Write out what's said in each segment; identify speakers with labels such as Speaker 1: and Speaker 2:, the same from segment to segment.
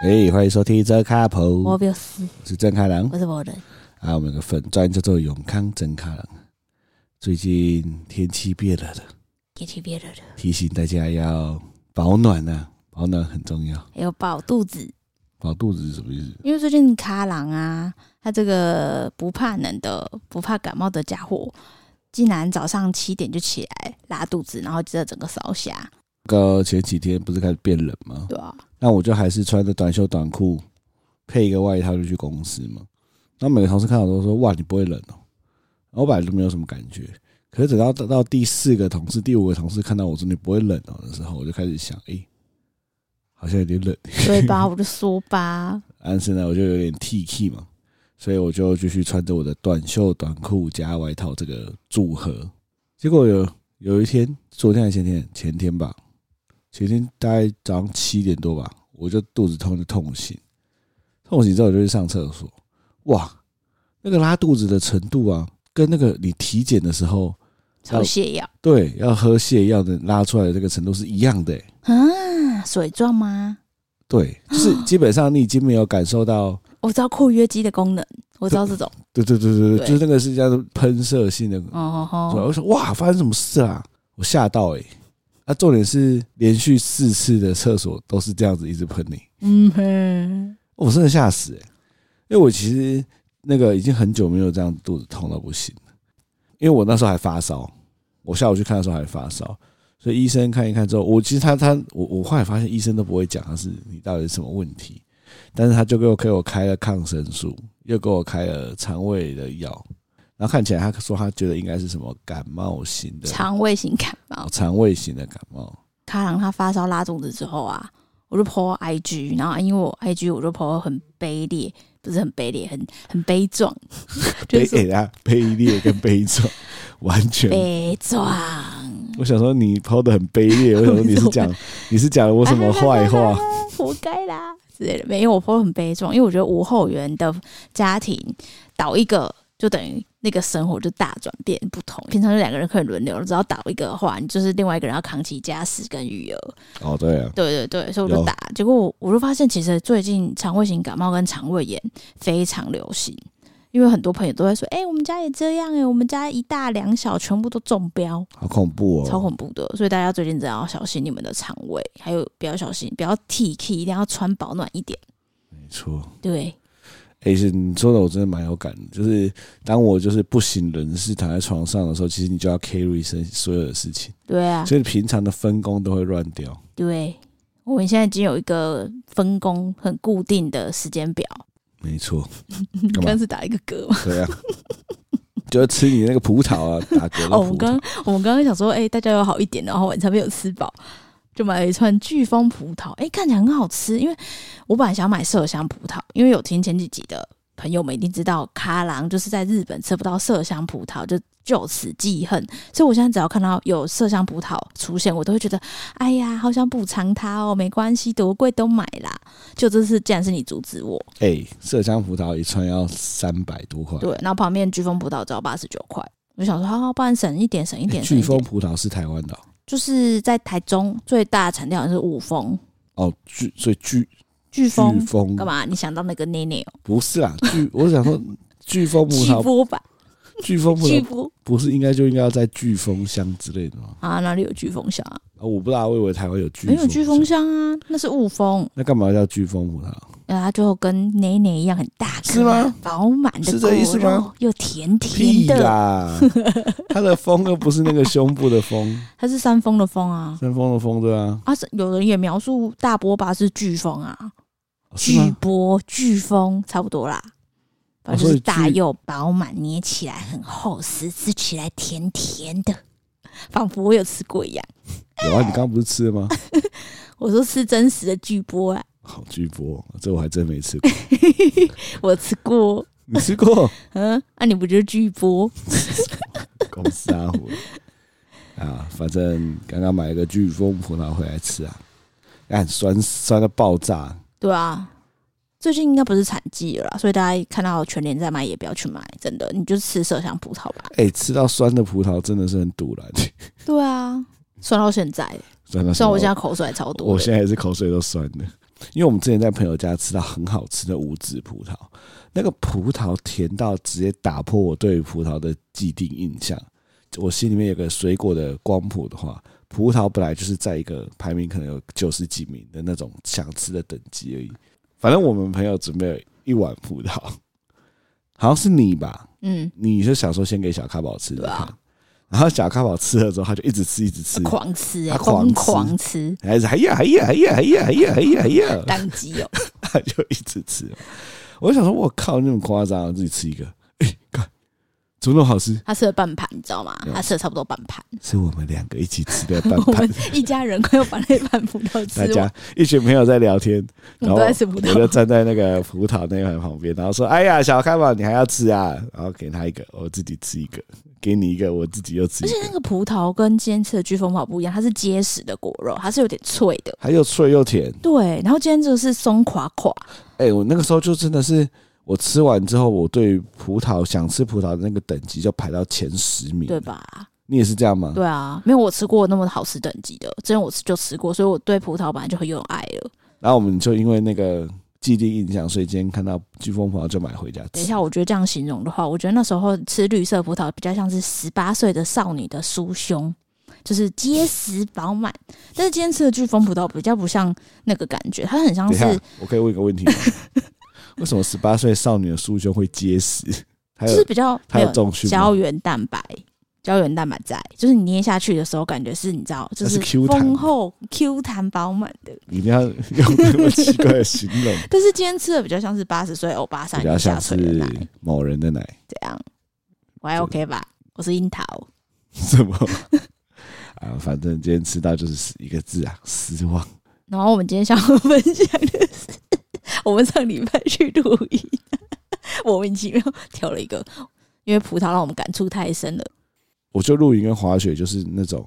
Speaker 1: 哎、欢迎收听真卡普，
Speaker 2: 我
Speaker 1: 我
Speaker 2: 不要死，
Speaker 1: 是真卡郎
Speaker 2: 我是某人。
Speaker 1: 啊，我们有个粉专叫做永康真卡郎。最近天气变冷了，
Speaker 2: 天气变热了，
Speaker 1: 提醒大家要保暖啊，保暖很重要。
Speaker 2: 还有饱肚子，
Speaker 1: 保肚子是什么意思？
Speaker 2: 因为最近卡郎啊，他这个不怕冷的、不怕感冒的家伙，竟然早上七点就起来拉肚子，然后接着整个烧瞎，
Speaker 1: 刚前几天不是开始变冷吗？
Speaker 2: 对啊，
Speaker 1: 那我就还是穿着短袖短裤，配一个外套就去公司嘛。然后每个同事看我都说：“哇，你不会冷哦。”然后我本来就没有什么感觉，可是等到到第四个同事、第五个同事看到我说“你不会冷哦”的时候，我就开始想：“诶、好像有点冷。
Speaker 2: 对吧？我就说吧，”
Speaker 1: 但是呢，我就有点 T K 嘛，所以我就继续穿着我的短袖短裤加外套这个组合。结果有有一天，昨天还是前天，前天吧，前天大概早上七点多吧，我就肚子痛就痛醒，痛醒之后我就去上厕所，哇，那个拉肚子的程度啊，跟那个你体检的时候
Speaker 2: 抽泻药
Speaker 1: 对要喝泻药的拉出来的这个程度是一样的、欸，
Speaker 2: 啊，水状吗？
Speaker 1: 对，就是基本上你已经没有感受到，
Speaker 2: 我知道括约肌的功能，我知道这种，
Speaker 1: 对对对对对，
Speaker 2: 对
Speaker 1: 就是那个是叫做喷射性的
Speaker 2: 哦
Speaker 1: 所以
Speaker 2: 吼，
Speaker 1: 我说哇，发生什么事啊？我吓到哎、欸！那、重点是连续四次的厕所都是这样子一直喷你，
Speaker 2: 嗯哼，
Speaker 1: 哦我真的吓死哎、欸！因为我其实那个已经很久没有这样肚子痛到不行了，因为我那时候还发烧，我下午去看的时候还发烧，所以医生看一看之后，我其实他他我我后来发现医生都不会讲他是你到底是什么问题，但是他就给我给我开了抗生素，又给我开了肠胃的药，然后看起来他说他觉得应该是什么感冒型的
Speaker 2: 肠胃型感冒
Speaker 1: 哦，肠胃型的感冒，
Speaker 2: 卡郎他发烧拉肚子之后啊，我就 po IG，然后啊因为我 IG 我就 po 很卑劣，不是很卑劣，很很悲壮， 就
Speaker 1: 悲
Speaker 2: 是说
Speaker 1: 哎 呀，卑劣跟悲壮完全
Speaker 2: 悲壮。
Speaker 1: 我想说你抛的很卑劣，我想说你是 讲你是讲我什么坏
Speaker 2: 啊
Speaker 1: 话？？
Speaker 2: 活该啦之类的。没有，我 po 很悲壮，因为我觉得无后援的家庭倒一个，就等于那个生活就大转变不同。平常就两个人可以轮流，只要倒一个的话，你就是另外一个人要扛起家事跟育儿。
Speaker 1: 哦，对啊，
Speaker 2: 对对对，所以我就
Speaker 1: 有
Speaker 2: 打，结果我我就发现，其实最近肠胃型感冒跟肠胃炎非常流行，因为很多朋友都在说，哎、我们家也这样哎、我们家一大两小全部都中标，
Speaker 1: 好恐怖
Speaker 2: 超
Speaker 1: 哦！
Speaker 2: 恐怖的。所以大家最近真的要小心你们的肠胃，还有不要小心，不要 T K，一定要穿保暖一点。
Speaker 1: 没错，
Speaker 2: 对，
Speaker 1: 哎、是你说的我真的蛮有感的，就是当我就是不省人事躺在床上的时候，其实你就要 carry 身所有的事情，
Speaker 2: 对啊，
Speaker 1: 所以平常的分工都会乱掉。
Speaker 2: 对。我们现在已经有一个分工很固定的时间表，
Speaker 1: 没 错，干
Speaker 2: 你
Speaker 1: 嘛
Speaker 2: 刚刚是打一个嗝吗？
Speaker 1: 对啊， 就吃你那个葡萄啊，打嗝的
Speaker 2: 哦，
Speaker 1: 葡
Speaker 2: 我们
Speaker 1: 萄。
Speaker 2: 刚我们刚刚想说，哎、大家要好一点，然后晚餐没有吃饱，就买了一串飓风葡萄，哎、看起来很好吃。因为我本来想买麝香葡萄，因为有听前几集的朋友们一定知道，卡郎就是在日本吃不到麝香葡萄，就就此记恨。所以我现在只要看到有麝香葡萄出现，我都会觉得，哎呀，好想补偿它哦，没关系，多贵都买啦。就这次，竟然是你阻止我，
Speaker 1: 哎、麝香葡萄一串要三百多块，
Speaker 2: 对。然后旁边飓风葡萄只要八十九块，我想说，好好，不然省一点，省一
Speaker 1: 哎
Speaker 2: 点，省一
Speaker 1: 飓
Speaker 2: 点
Speaker 1: 风。葡萄是台湾的
Speaker 2: 就是在台中最大产调的是五峰
Speaker 1: 哦，哦飓所以飓
Speaker 2: 飓
Speaker 1: 飓
Speaker 2: 风，
Speaker 1: 风
Speaker 2: 干嘛？你想到那个内内哦，
Speaker 1: 不是啦，飓 我想说飓风葡
Speaker 2: 巨
Speaker 1: 萄
Speaker 2: 波吧，
Speaker 1: 飓风葡
Speaker 2: 巨
Speaker 1: 萄
Speaker 2: 波
Speaker 1: 不是应该就应该要在飓风箱之类的吗？
Speaker 2: 啊，哪里有飓风箱啊？
Speaker 1: 啊，我不知道，我以为台湾有飓
Speaker 2: 没有飓
Speaker 1: 风
Speaker 2: 风
Speaker 1: 箱，
Speaker 2: 箱啊，那是雾峰，
Speaker 1: 那干嘛叫飓风 葡萄？
Speaker 2: 然后它就跟内内一样很大颗，
Speaker 1: 是吗？
Speaker 2: 饱满的
Speaker 1: 是
Speaker 2: 果
Speaker 1: 这意思吗
Speaker 2: 肉，又甜
Speaker 1: 屁
Speaker 2: 甜的，
Speaker 1: 啦！它的风又不是那个胸部的风，
Speaker 2: 它是山峰的峰啊。
Speaker 1: 山峰的风对啊，
Speaker 2: 啊，是有人也描述大波霸是飓风啊，
Speaker 1: 哦是
Speaker 2: 巨
Speaker 1: 吗？哦
Speaker 2: 波、飓风差不多啦，反正就
Speaker 1: 所
Speaker 2: 是
Speaker 1: 以
Speaker 2: 大
Speaker 1: 巨
Speaker 2: 又饱满，捏起来很厚实，吃起来甜甜的， 仿佛我有吃过一样。
Speaker 1: 有啊，你刚刚不是吃了吗？
Speaker 2: 我说吃真实的巨波啊，
Speaker 1: 好巨波，哦这我还真没吃过，
Speaker 2: 我吃过，
Speaker 1: 你吃过？
Speaker 2: 嗯，那、你不就是巨波？
Speaker 1: 公司阿虎啊，反正刚刚买了个飓风葡萄回来吃啊，哎，酸酸到爆炸，
Speaker 2: 对啊，最近应该不是产季了啦，所以大家看到全年在卖也不要去买，真的，你就吃麝香葡萄吧。
Speaker 1: 哎、吃到酸的葡萄真的是很堵 然，
Speaker 2: 对啊，酸到现在，
Speaker 1: 酸到
Speaker 2: 虽然我
Speaker 1: 现
Speaker 2: 现在口水还超多
Speaker 1: 我
Speaker 2: 的，
Speaker 1: 现在也是口水都酸的。因为我们之前在朋友家吃到很好吃的无籽葡萄，那个葡萄甜到直接打破我对于葡萄的既定印象。我心里面有个水果的光谱的话，葡萄本来就是在一个排名可能有九十几名的那种想吃的等级而已。反正我们朋友准备了一碗葡萄，好像是你吧？
Speaker 2: 嗯，
Speaker 1: 你是想说先给小咖宝吃的，
Speaker 2: 对啊
Speaker 1: 然后小咖宝吃了之后，他就一直吃，一直吃，
Speaker 2: 狂吃、欸，
Speaker 1: 他狂吃
Speaker 2: 疯狂吃，
Speaker 1: 还是哎呀哎呀哎呀哎呀哎呀哎呀哎呀，
Speaker 2: 当机哦，
Speaker 1: 他就一直吃。我就想说，我靠，那么夸张，自己吃一个，哎、看怎么那么好吃？
Speaker 2: 他吃了半盘，你知道吗？
Speaker 1: 对啊
Speaker 2: 他吃了差不多半盘，
Speaker 1: 是我们两个一起吃的半
Speaker 2: 我
Speaker 1: 盘
Speaker 2: 们，一家人快要把那半葡萄吃
Speaker 1: 大
Speaker 2: 完
Speaker 1: 家，一群朋友在聊天，
Speaker 2: 我
Speaker 1: 然
Speaker 2: 们
Speaker 1: 后
Speaker 2: 都在吃葡
Speaker 1: 我就
Speaker 2: 萄，
Speaker 1: 站在那个葡萄那一盘旁边，然后说：“哎呀，小咖宝，你还要吃啊？”然后给他一个，我自己吃一个，给你一个，我自己又吃
Speaker 2: 而
Speaker 1: 一
Speaker 2: 且
Speaker 1: 个，
Speaker 2: 那个葡萄跟今天吃的飓风跑不一样，它是结实的果肉，它是有点脆的。
Speaker 1: 它又脆又甜。
Speaker 2: 对，然后今天这个是松垮垮，
Speaker 1: 哎、我那个时候就真的是，我吃完之后，我对于葡萄想吃葡萄的那个等级就排到前十名。
Speaker 2: 对吧？
Speaker 1: 你也是这样吗？
Speaker 2: 对啊，没有我吃过那么好吃等级的，之前我吃就吃过，所以我对葡萄本来就很有爱了。
Speaker 1: 然后我们就因为那个既定印象，所以今天看到飓风葡萄就买回家吃。
Speaker 2: 等一下，我觉得这样形容的话，我觉得那时候吃绿色葡萄比较像是十八岁的少女的酥胸，就是结实饱满。但是今天吃的飓风葡萄比较不像那个感觉，它很像
Speaker 1: 等一下
Speaker 2: 是，
Speaker 1: 我可以问一个问 题吗？为什么十八岁少女的酥胸会结实？还
Speaker 2: 就是
Speaker 1: 有
Speaker 2: 比较
Speaker 1: 还
Speaker 2: 没
Speaker 1: 有
Speaker 2: 有
Speaker 1: 重训吗
Speaker 2: 胶？原蛋白。胶原蛋白在，就是你捏下去的时候，感觉是你知道，就
Speaker 1: 它是 Q 弹
Speaker 2: 丰厚、Q 弹、饱满的。
Speaker 1: 一定要用这么奇怪的形 容，
Speaker 2: 但是今天吃的比较像是八十岁欧巴桑
Speaker 1: 比较
Speaker 2: 下
Speaker 1: 像
Speaker 2: 垂的奶，
Speaker 1: 是某人的奶，
Speaker 2: 这样我还
Speaker 1: 是
Speaker 2: OK 吧？我是樱桃，
Speaker 1: 什么 啊？反正今天吃到就是一个字啊，失望。
Speaker 2: 然后我们今天想要分享的是，我们上礼拜去露营， 莫名其妙挑了一个，因为葡萄让我们感触太深了。
Speaker 1: 我就露营跟滑雪就是那种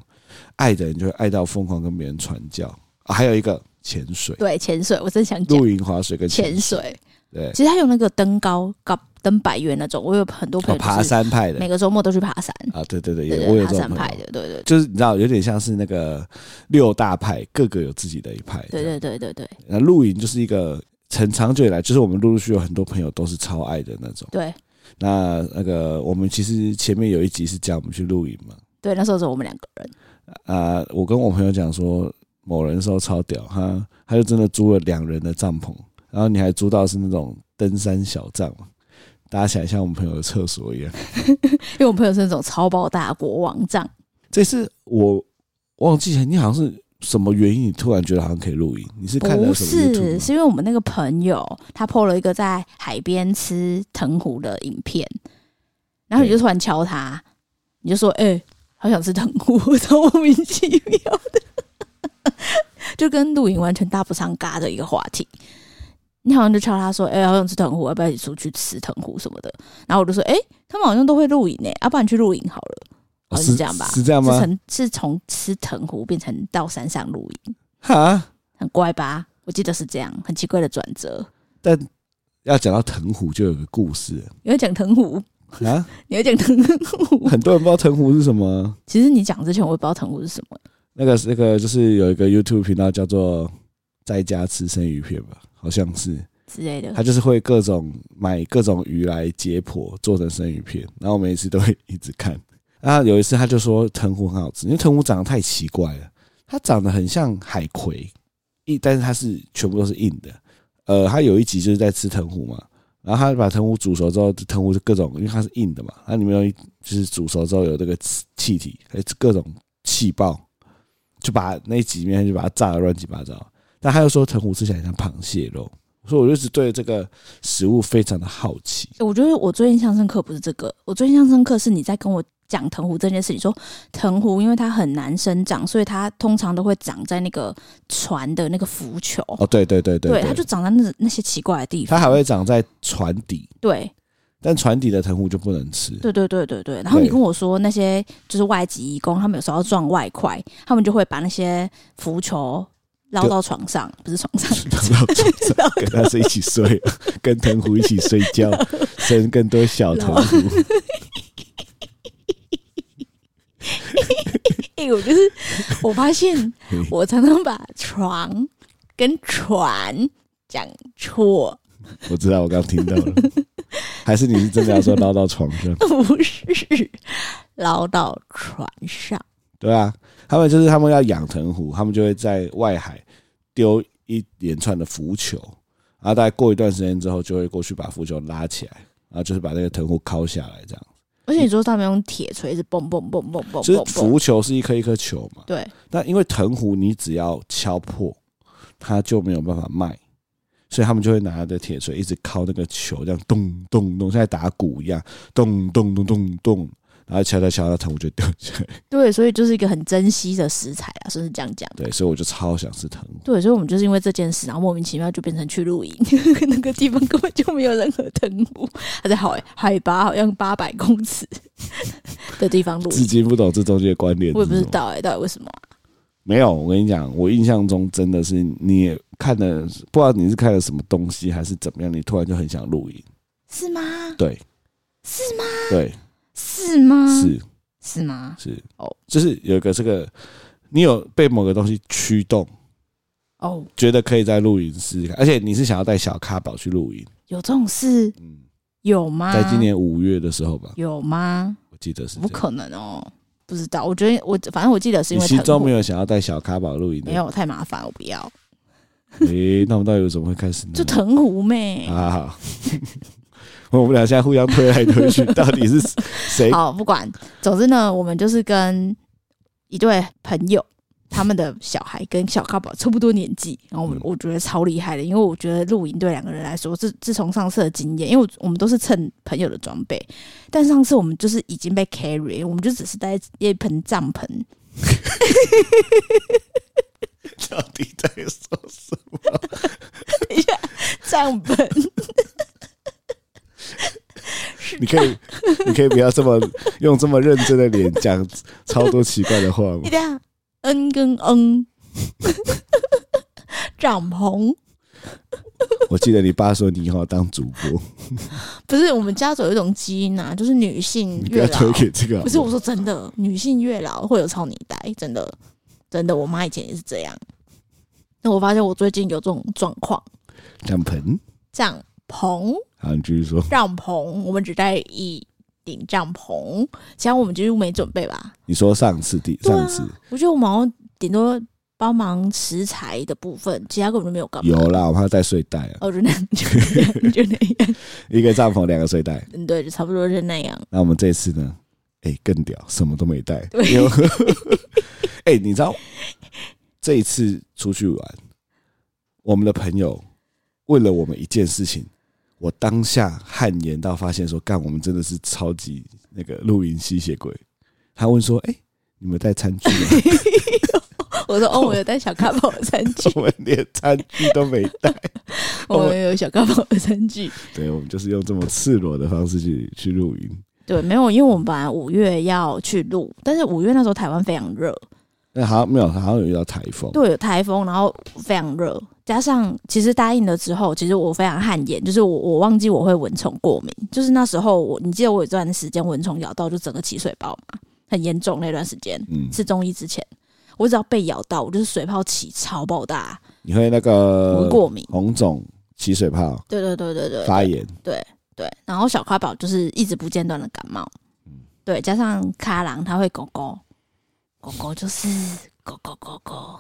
Speaker 1: 爱的人就会爱到疯狂跟别人传教、啊。还有一个潜水，
Speaker 2: 对，潜水，我真想讲
Speaker 1: 露营、滑水跟
Speaker 2: 潜
Speaker 1: 水，
Speaker 2: 水。
Speaker 1: 对，
Speaker 2: 其实它有那个登高、高登百越那种，我有很多
Speaker 1: 哦，
Speaker 2: 朋友
Speaker 1: 爬
Speaker 2: 就是
Speaker 1: 山派的
Speaker 2: 每个周末都去爬山，
Speaker 1: 啊，对对对，
Speaker 2: 对
Speaker 1: 有我
Speaker 2: 对，
Speaker 1: 有
Speaker 2: 爬
Speaker 1: 这种
Speaker 2: 山
Speaker 1: 朋
Speaker 2: 派
Speaker 1: 友，
Speaker 2: 的，对对
Speaker 1: 就是你知道，有点像是那个六大派，各个有自己的一派。
Speaker 2: 对对对对对
Speaker 1: 那露营就是一个很长久以来，就是我们陆陆续续有很多朋友都是超爱的那种。
Speaker 2: 对
Speaker 1: 那那个我们其实前面有一集是讲我们去露营嘛，
Speaker 2: 对，那时候只有我们两个人，
Speaker 1: 啊、我跟我朋友讲说，某人说超屌，他他就真的租了两人的帐篷，然后你还租到是那种登山小帐嘛，搭起来像我们朋友的厕所一样。
Speaker 2: 因为我们朋友是那种超爆大国王帐。
Speaker 1: 这次我忘记了，你好像是什么原因，你突然觉得好像可以露营？你是看了
Speaker 2: 不
Speaker 1: 什么 YouTube
Speaker 2: 是，
Speaker 1: 吗
Speaker 2: 是因为我们那个朋友他 PO 了一个在海边吃藤壶的影片，然后你就
Speaker 1: 对
Speaker 2: 突然敲他，你就说：“哎、好想吃藤壶，超莫名其妙的，就跟露营完全搭不上嘎的一个话题。”你好像就敲他说：“哎、好想吃藤壶，要不要一起出去吃藤壶什么的？”然后我就说：“哎、他们好像都会露营诶、啊要、不然去露营好了。”
Speaker 1: 哦
Speaker 2: 好
Speaker 1: 是
Speaker 2: 像这样吧
Speaker 1: 是这样
Speaker 2: 是
Speaker 1: 吗？
Speaker 2: 从是从吃藤壶变成到山上露营。
Speaker 1: 哈，
Speaker 2: 很怪吧？我记得是这样，很奇怪的转折。
Speaker 1: 但要讲到藤壶就有个故事
Speaker 2: 你会讲藤壶，
Speaker 1: 啊，
Speaker 2: 你会讲藤壶。
Speaker 1: 很多人不知道藤壶是什么啊。
Speaker 2: 其实你讲之前，我也不知道藤壶是什么。
Speaker 1: 那个那个就是有一个 YouTube 频道叫做“在家吃生鱼片”吧，好像是。
Speaker 2: 之类的
Speaker 1: 他，就是会各种买各种鱼来解剖，做成生鱼片，然后我每一次都会一直看。 啊，有一次他就说藤壶很好吃，因为藤壶长得太奇怪了，它长得很像海葵，一但是它是全部都是硬的。呃，他有一集就是在吃藤壶嘛，然后他把藤壶煮熟之后，藤壶就各种因为它是硬的嘛，它里面有一就是煮熟之后有这个气气体，呃各种气爆，就把那一集里面就把它炸的乱七八糟。但他又说藤壶吃起来很像螃蟹肉，所以我就一直对这个食物非常的好奇。
Speaker 2: 我觉得我最印象深刻不是这个，我最印象深刻是你在跟我讲藤壶这件事。你说藤壶因为它很难生长，所以它通常都会长在那个船的那个浮球，
Speaker 1: 哦，对对对对
Speaker 2: 它就长在那那些奇怪的地
Speaker 1: 它
Speaker 2: 方。
Speaker 1: 还会长在船底，
Speaker 2: 对，
Speaker 1: 但船底的藤壶就不能吃。
Speaker 2: 对对对对对，然后你
Speaker 1: 对
Speaker 2: 跟我说那些就是外籍义工，他们有时候要赚外快，他们就会把那些浮球捞
Speaker 1: 就
Speaker 2: 到床上，不是床上，
Speaker 1: 然后就
Speaker 2: 捞
Speaker 1: 跟它是一起睡， 跟藤壶一起睡觉，生更多小藤壶。
Speaker 2: 哎、我就是我发现我常常把床跟船讲错，
Speaker 1: 我知道，我刚听到了。还是你是真的要说捞到床上？
Speaker 2: 不是捞到船上。
Speaker 1: 对啊，他们就是他们要养成湖，他们就会在外海丢一连串的浮球，然后大概过一段时间之后，就会过去把浮球拉起来，然后就是把那个藤壶敲下来，这样。
Speaker 2: 而且你说他们用铁锤子蹦蹦蹦蹦蹦
Speaker 1: 就是
Speaker 2: 蹦蹦，
Speaker 1: 浮球是一颗一颗球嘛，
Speaker 2: 对，
Speaker 1: 但因为藤壶你只要敲破，它就没有办法卖，所以他们就会拿着铁锤一直敲那个球，这样咚咚咚，像在打鼓一样，咚咚咚咚咚，然后敲敲敲，那藤壶就掉下来。
Speaker 2: 对，所以就是一个很珍惜的食材啊，甚至这样讲。
Speaker 1: 对，所以我就超想吃藤壶。
Speaker 2: 对，所以我们就是因为这件事，然后莫名其妙就变成去露营， 那个地方根本就没有任何藤壶，而且海海拔好像八百公尺 的地方露
Speaker 1: 至
Speaker 2: 营，
Speaker 1: 今不懂这中间的关联，
Speaker 2: 嗯我也不知。道哎、到底为什么啊、
Speaker 1: 没有，我跟你讲，我印象中真的是你也看了，不知道你是看了什么东西还是怎么样，你突然就很想露营。
Speaker 2: 是吗？
Speaker 1: 对，
Speaker 2: 是吗？
Speaker 1: 对，
Speaker 2: 是吗？
Speaker 1: 是
Speaker 2: 是吗？
Speaker 1: 是
Speaker 2: 哦，
Speaker 1: 就是有一个这个，你有被某个东西驱动，
Speaker 2: 哦，
Speaker 1: 觉得可以在露营试试看，而且你是想要带小咖宝去露营，
Speaker 2: 有这种事
Speaker 1: 嗯，
Speaker 2: 有吗？
Speaker 1: 在今年五月的时候吧，
Speaker 2: 有吗？
Speaker 1: 我记得是这
Speaker 2: 嗯不
Speaker 1: 样。
Speaker 2: 可能哦，不知道。我觉得我反正我记得是
Speaker 1: 你
Speaker 2: 因为
Speaker 1: 心
Speaker 2: 藤
Speaker 1: 中
Speaker 2: 壶
Speaker 1: 没有嗯想要带小咖宝露营的？
Speaker 2: 没。有太麻烦，我不要。
Speaker 1: 诶，那我们到底为什么会开始呢？
Speaker 2: 就藤壶妹。
Speaker 1: 啊，好 我们俩现在互相推来推去，到底是谁？
Speaker 2: 好，不管，总之呢，我们就是跟一对朋友，他们的小孩跟小咖宝差不多年纪，然后我们
Speaker 1: 嗯
Speaker 2: 我觉得超厉害的，因为我觉得露营对两个人来说，自自从上次的经验，因为我我们都是蹭朋友的装备，但上次我们就是已经被 carry，我们就只是带一盆帐篷，
Speaker 1: 到底在说什么？
Speaker 2: 帐篷 是
Speaker 1: 你可以，你可以不要这么用这么认真的脸讲超多奇怪的话吗
Speaker 2: 一？定要嗯跟嗯，帐篷
Speaker 1: 我记得你爸说你以后要当主播，
Speaker 2: 不是我们家族有一种基因啊，就是女性
Speaker 1: 你不
Speaker 2: 越
Speaker 1: 要
Speaker 2: 老
Speaker 1: 推，给这个好好。
Speaker 2: 不是我说真的，女性越老会有超你呆，真的真的，我妈以前也是这样。那我发现我最近有这种状况，
Speaker 1: 帐篷，
Speaker 2: 帐篷
Speaker 1: 好，啊你继续说。
Speaker 2: 帐篷，我们只带一顶帐篷，其他我们几乎没准备吧。
Speaker 1: 你说上次第
Speaker 2: 对
Speaker 1: 上
Speaker 2: 啊
Speaker 1: 次
Speaker 2: 我觉得我们好像顶多帮忙食材的部分，其他根本就没有干嘛。
Speaker 1: 有啦，我怕带睡袋 啊，
Speaker 2: 哦，就那样，就那样，就那样，
Speaker 1: 一个帐篷两个睡袋。
Speaker 2: 嗯，对，就差不多是那样。
Speaker 1: 那我们这次呢？哎、更屌，什么都没带。
Speaker 2: 对
Speaker 1: 因为 哎、你知道这一次出去玩，我们的朋友为了我们一件事情，我当下汗颜到发现说，干，我们真的是超级那个露营吸血鬼。他问说，哎、你们带餐具吗？，
Speaker 2: 我说哦，我有带小咖宝的餐 具哦
Speaker 1: 我们连餐具都没带。哦
Speaker 2: 我们有小咖宝的餐具。
Speaker 1: 对，我们就是用这么赤裸的方式去去露营。
Speaker 2: 对，没有，因为我们本来五月要去录，但是五月那时候台湾非常热，
Speaker 1: 那好像没有，好像有遇到台风。
Speaker 2: 对，有台风，然后非常热，加上其实答应了之后，其实我非常汗颜，就是我我忘记我会蚊虫过敏，就是那时候我你记得我有一段时间蚊虫咬到就整个起水泡嘛，很严重那段时间，
Speaker 1: 嗯，
Speaker 2: 吃中医之前，我只要被咬到，我就是水泡起超爆大，
Speaker 1: 你会那
Speaker 2: 我
Speaker 1: 个
Speaker 2: 会过敏。
Speaker 1: 红肿、起水泡、
Speaker 2: 对对对对对，
Speaker 1: 发炎，
Speaker 2: 对，然后小咖宝就是一直不间断的感冒，
Speaker 1: 嗯
Speaker 2: 对，加上咖郎他会狗狗，狗狗就是狗狗狗狗，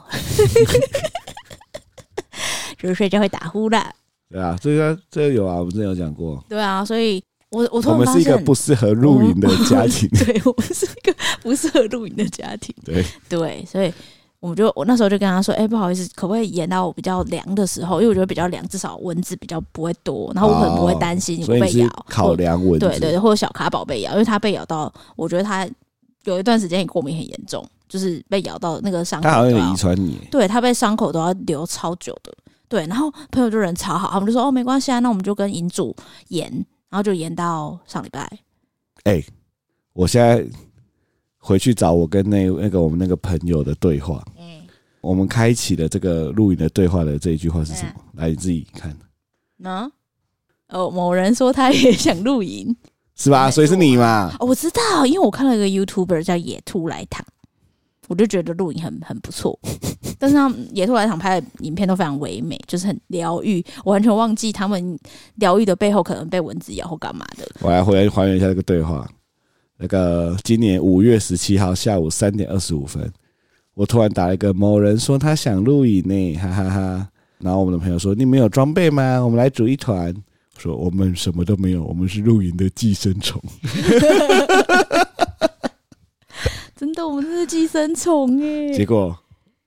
Speaker 2: 就是睡觉会打呼啦，
Speaker 1: 对啊，这个这个有啊，我们之前有讲过，
Speaker 2: 对啊，所以我我突
Speaker 1: 我
Speaker 2: 然
Speaker 1: 们
Speaker 2: 发
Speaker 1: 是一个
Speaker 2: 现，。
Speaker 1: 不适合露营的家庭
Speaker 2: 对我们是一个不适合露营的家庭，
Speaker 1: 对，
Speaker 2: 对，所以。我们就我那时候就跟他说，哎、不好意思，可不可以延到我比较凉的时候？因为我觉得比较凉，至少蚊子比较不会多，然后我可能不会
Speaker 1: 哦
Speaker 2: 担 心
Speaker 1: 所
Speaker 2: 我
Speaker 1: 以你
Speaker 2: 被
Speaker 1: 是
Speaker 2: 咬。
Speaker 1: 考
Speaker 2: 我
Speaker 1: 量蚊子，
Speaker 2: 对对对，或者小卡宝被咬，因为他被咬到，我觉得他有一段时间也过敏很严重，就是被咬到那个伤口
Speaker 1: 他好像
Speaker 2: 都
Speaker 1: 有
Speaker 2: 要
Speaker 1: 遗，传你，
Speaker 2: 对他被伤口都要留超久的。对，然后朋友就人超好，他们就说哦没关系啊，那我们就跟银主延，然后就延到上礼拜。
Speaker 1: 哎，我现在回去找我跟那那个我们那个朋友的对话，
Speaker 2: 嗯，
Speaker 1: 我们开启了这个露营的对话的这一句话是什么？
Speaker 2: 嗯
Speaker 1: 来，你自己看，
Speaker 2: 呢？哦，某人说他也想露营
Speaker 1: 是吧？
Speaker 2: 没
Speaker 1: 所以是你嘛？
Speaker 2: 哦，我知道，因为我看了一个 YouTuber 叫野兔来躺，我就觉得露营很很不错。 但是他们野兔来场拍的影片都非常唯美，就是很疗愈。我完全忘记他们疗愈的背后可能被蚊子咬或干嘛的。
Speaker 1: 我来回来还原一下这个对话。那个今年五月十七号下午三点二十五分，我突然打了一个某人说他想录影呢，哈哈哈然后我们的朋友说你们有装备吗？我们来组一团。我说我们什么都没有，我们是露营的寄生虫。
Speaker 2: 真的，我们真是寄生虫哎、
Speaker 1: 结果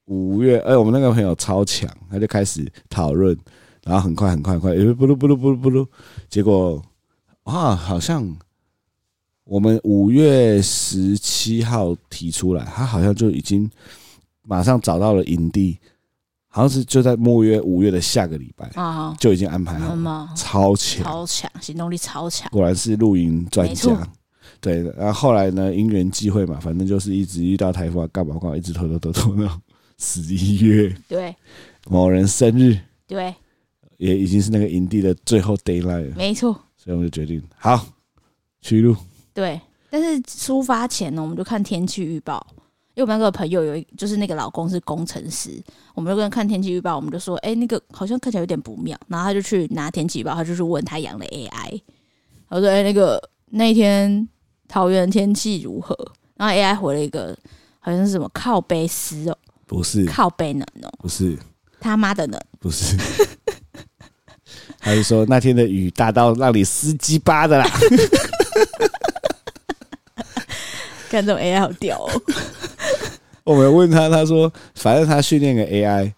Speaker 1: 五月，哎、我们那个朋友超强，他就开始讨论，然后很快很快很快，哎、不噜不噜不噜不噜，结果啊，好像我们五月十七号提出来，他好像就已经马上找到了营地，好像是就在末月五月的下个礼拜
Speaker 2: 啊，
Speaker 1: 就已经安排好
Speaker 2: 妈
Speaker 1: 了，
Speaker 2: 妈
Speaker 1: 超强，
Speaker 2: 超强，行动力超强。
Speaker 1: 果然是露营专
Speaker 2: 没
Speaker 1: 家
Speaker 2: 错。
Speaker 1: 对，然后后来呢，因缘际会嘛，反正就是一直遇到台风啊，干嘛干嘛，一直拖拖拖拖到十一月
Speaker 2: 对
Speaker 1: 某人生日，
Speaker 2: 对，
Speaker 1: 也已经是那个营地的最后 d a y l i g h t 了，
Speaker 2: 没错，
Speaker 1: 所以我们就决定好去录。
Speaker 2: 对。但是出发前呢，我们就看天气预报，因为我们那个朋友有一，就是那个老公是工程师，我们就跟他看天气预报，我们就说，哎、那个好像看起来有点不妙，然后他就去拿天气预报，他就去问他养的 AI，他说，哎、那个那一天桃园天气如何？然后 AI 回了一个，好像是什么靠背湿哦，
Speaker 1: 不是，
Speaker 2: 靠背冷哦，
Speaker 1: 不是，
Speaker 2: 他妈的冷，
Speaker 1: 不是， 他就说那天的雨大到让你湿鸡巴的啦。
Speaker 2: 看这种 AI 好屌哦，
Speaker 1: 我们问他，他说反正他训练个 AI，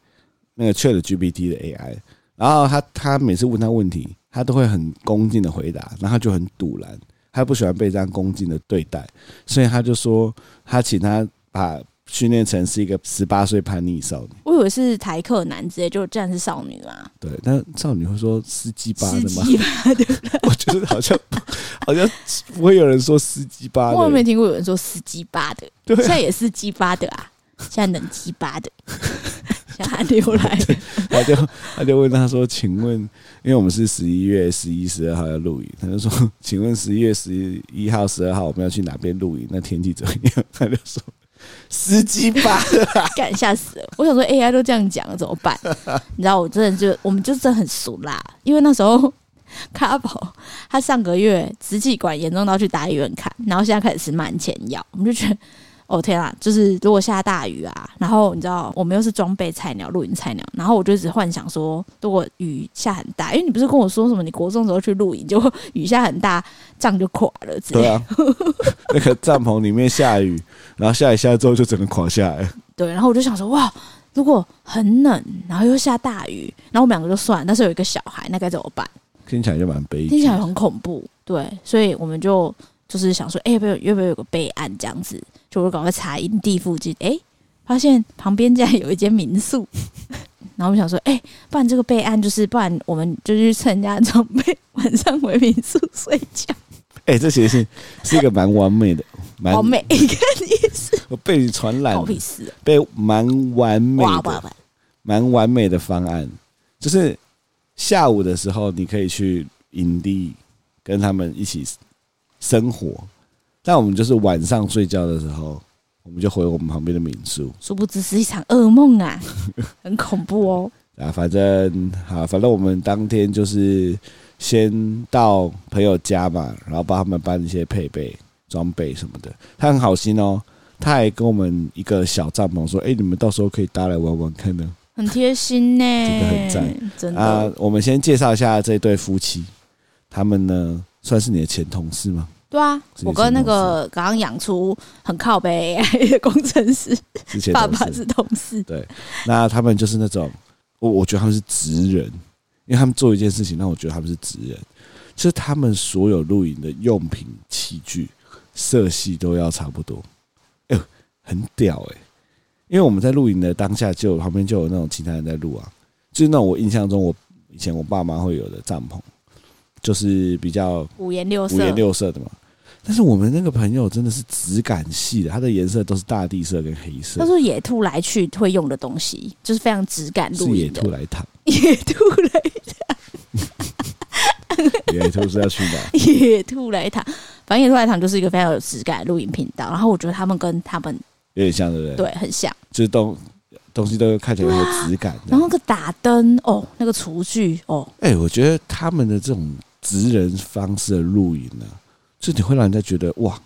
Speaker 1: 那个 Chat GPT 的 AI，然后他他每次问他问题，他都会很恭敬的回答，然后他就很堵然，他不喜欢被这样恭敬的对待，所以他就说他请他把训练成是一个十八岁叛逆少女。
Speaker 2: 我以为是台客男之类，就竟然是少女啊，
Speaker 1: 对，但少女会说司机吧
Speaker 2: 司
Speaker 1: 的吗？
Speaker 2: 机吧，对不对？
Speaker 1: 我觉得好像 不好像不会有人说司机吧
Speaker 2: 我也没
Speaker 1: 的，
Speaker 2: 听过有人说司机吧的，
Speaker 1: 对
Speaker 2: 现
Speaker 1: 啊，
Speaker 2: 在也是鸡巴的啊，现在冷鸡巴 的，现在流来了，
Speaker 1: 他就他就问他说：“请问，因为我们是十一月十一、十二号要露营，他就说，请问十一月十一号、十二号我们要去哪边露营？那天气怎么样？”他就说：“司机吧的啦。
Speaker 2: 干吓死了！我想说 AI 都这样讲了怎么办？你知道我真的就我们就真的很俗啦，因为那时候。卡宝他上个月支气管严重到去打医院看，然后现在开始吃慢前药，我们就觉得，哦天啊，就是如果下大雨啊，然后你知道我们又是装备菜鸟、露营菜鸟，然后我就一直幻想说，如果雨下很大，因为你不是跟我说什么你国中的时候去露营，结果雨下很大，帐就垮了之类的
Speaker 1: 对啊， 那个帐篷里面下雨，然后下一下之后就只能垮下来。
Speaker 2: 对，然后我就想说，哇，如果很冷，然后又下大雨，然后我们两个就算了，但是有一个小孩，那该怎么办？
Speaker 1: 听起来就蛮悲
Speaker 2: 听
Speaker 1: 剧
Speaker 2: 起来很恐怖，对，所以我们就就是想说，哎、要不要要不要有个备案这样子？就我赶快查营地附近，哎、发现旁边竟然有一间民宿， 然后我们想说，哎、不然这个备案就是，不然我们就去趁人家的装备， 晚上回民宿睡觉，
Speaker 1: 哎、这其实是是一个蛮完美的，蛮
Speaker 2: 好美， 看你
Speaker 1: 被你传染
Speaker 2: 搞
Speaker 1: 了
Speaker 2: 屁事，
Speaker 1: 被蛮完美
Speaker 2: 哇哇
Speaker 1: 的、
Speaker 2: 哇，
Speaker 1: 蛮完美的方案，就是下午的时候你可以去营地跟他们一起生活，但我们就是晚上睡觉的时候，我们就回我们旁边的民宿
Speaker 2: 殊不知是一场噩梦啊，很恐怖哦。
Speaker 1: 啊。反正啊，反正我们当天就是先到朋友家嘛，然后帮他们搬一些配备、装备什么的。他很好心哦，他还跟我们一个小帐篷说：“哎、你们到时候可以搭来玩玩看呢、
Speaker 2: 很贴心呢、
Speaker 1: 真的很赞
Speaker 2: 真的
Speaker 1: 啊，我们先介绍一下这对夫妻，他们呢算是你的前同事 吗？
Speaker 2: 对啊，
Speaker 1: 是
Speaker 2: 我跟那个刚刚养出很靠背的工程师
Speaker 1: 之前
Speaker 2: 爸
Speaker 1: 同
Speaker 2: 爸
Speaker 1: 事。
Speaker 2: 是同事，
Speaker 1: 那他们就是那种，我我觉得他们是职人，因为他们做一件事情让我觉得他们是职人，就是他们所有露营的用品、器具、色系都要差不多。哎呦，很屌哎、因为我们在露营的当下就有旁边就有那种其他人在录啊，就是那种我印象中我以前我爸妈会有的帐篷，就是比较
Speaker 2: 五颜六
Speaker 1: 五
Speaker 2: 色
Speaker 1: 颜，六色的嘛。但是我们那个朋友真的是质感系的，它的颜色都是大地色跟黑色
Speaker 2: 那，是野兔来去会用的东西，就是非常质感
Speaker 1: 是
Speaker 2: 露
Speaker 1: 野
Speaker 2: 营的
Speaker 1: 兔来躺，
Speaker 2: 野兔来
Speaker 1: 野兔是要去 哪？
Speaker 2: 野兔来堂，反正野兔来堂就是一个非常有质感的露营频道。然后我觉得他们跟他们
Speaker 1: 有点像，对不对？，
Speaker 2: 对，很像。
Speaker 1: 就是东东西都看起来很有
Speaker 2: 对啊
Speaker 1: 质感这
Speaker 2: 然
Speaker 1: 样。
Speaker 2: 后那个打灯哦，那个厨具哦，
Speaker 1: 哎、我觉得他们的这种职人方式的露营呢、就你会让人家觉得哇，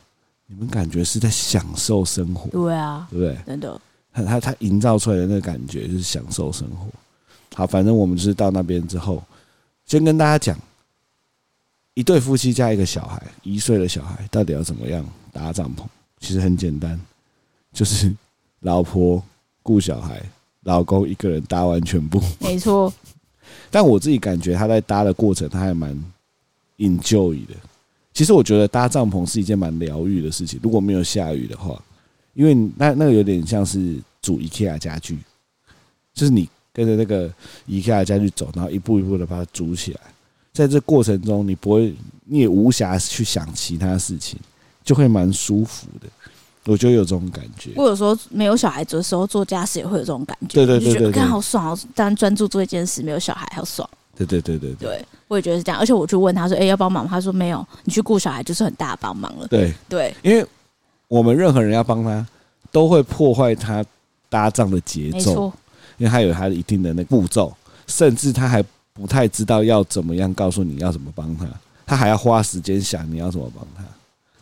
Speaker 1: 你们感觉是在享受生活，对
Speaker 2: 对啊，
Speaker 1: 不对？
Speaker 2: 真的
Speaker 1: 他他他营造出来的那个感觉就是享受生活。好，反正我们就是到那边之后，先跟大家讲，一对夫妻加一个小孩，一岁的小孩到底要怎么样搭帐篷？其实很简单，就是老婆顾小孩，老公一个人搭完全部。
Speaker 2: 没错，
Speaker 1: 但我自己感觉他在搭的过程，他还蛮 enjoy 的。其实我觉得搭帐篷是一件蛮疗愈的事情，如果没有下雨的话，因为那那个有点像是煮 IKEA 家具，就是你跟着那个 IKEA 家具走，然后一步一步的把它煮起来。在这过程中，你不会，你也无暇去想其他事情，就会蛮舒服的。我觉得有这种感觉。
Speaker 2: 我有时候没有小孩子的时候做家事也会有这种感觉，
Speaker 1: 对对对
Speaker 2: 就觉
Speaker 1: 对
Speaker 2: 得
Speaker 1: 对
Speaker 2: 干好爽哦，单专注做一件事，没有小孩好爽。
Speaker 1: 对对对对对
Speaker 2: 对，我也觉得是这样。而且我去问他说：“哎、要帮忙吗？”他说：“没有，你去顾小孩就是很大的帮忙了。
Speaker 1: 对，”
Speaker 2: 对，
Speaker 1: 因为我们任何人要帮他，都会破坏他搭帐的节
Speaker 2: 没
Speaker 1: 奏，
Speaker 2: 错，
Speaker 1: 因为他有他的一定的那个步骤，甚至他还不太知道要怎么样告诉你要怎么帮他，他还要花时间想你要怎么帮他。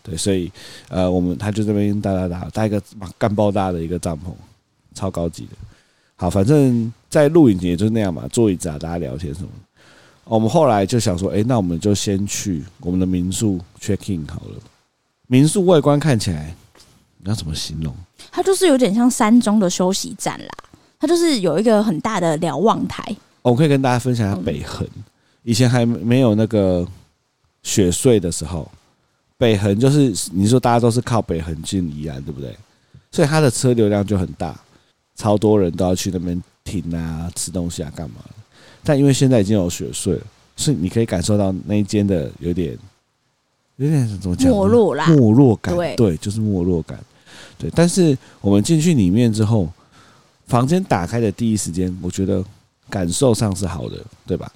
Speaker 1: 对，所以呃，我们他就这边搭搭搭搭一个干爆大的一个帐篷，超高级的。好，反正在露营也就是那样嘛，坐椅子啊，大家聊天什么的。哦我们后来就想说，诶，那我们就先去我们的民宿 check in 好了。民宿外观看起来，你要怎么形容？
Speaker 2: 它就是有点像山中的休息站啦。它就是有一个很大的瞭望台，
Speaker 1: 哦我可以跟大家分享一
Speaker 2: 嗯
Speaker 1: 下北横，以前还没有那个雪隧的时候，北横就是你说大家都是靠北横进宜兰，对不对？所以它的车流量就很大，超多人都要去那边停啊、吃东西啊、干嘛的。但因为现在已经有雪隧了，所以你可以感受到那一间的有点有点怎么讲呢
Speaker 2: 没落啦。
Speaker 1: 没落感，
Speaker 2: 对
Speaker 1: 就是没落感，对。但是我们进去里面之后，房间打开的第一时间，我觉得感受上是好的，对吧？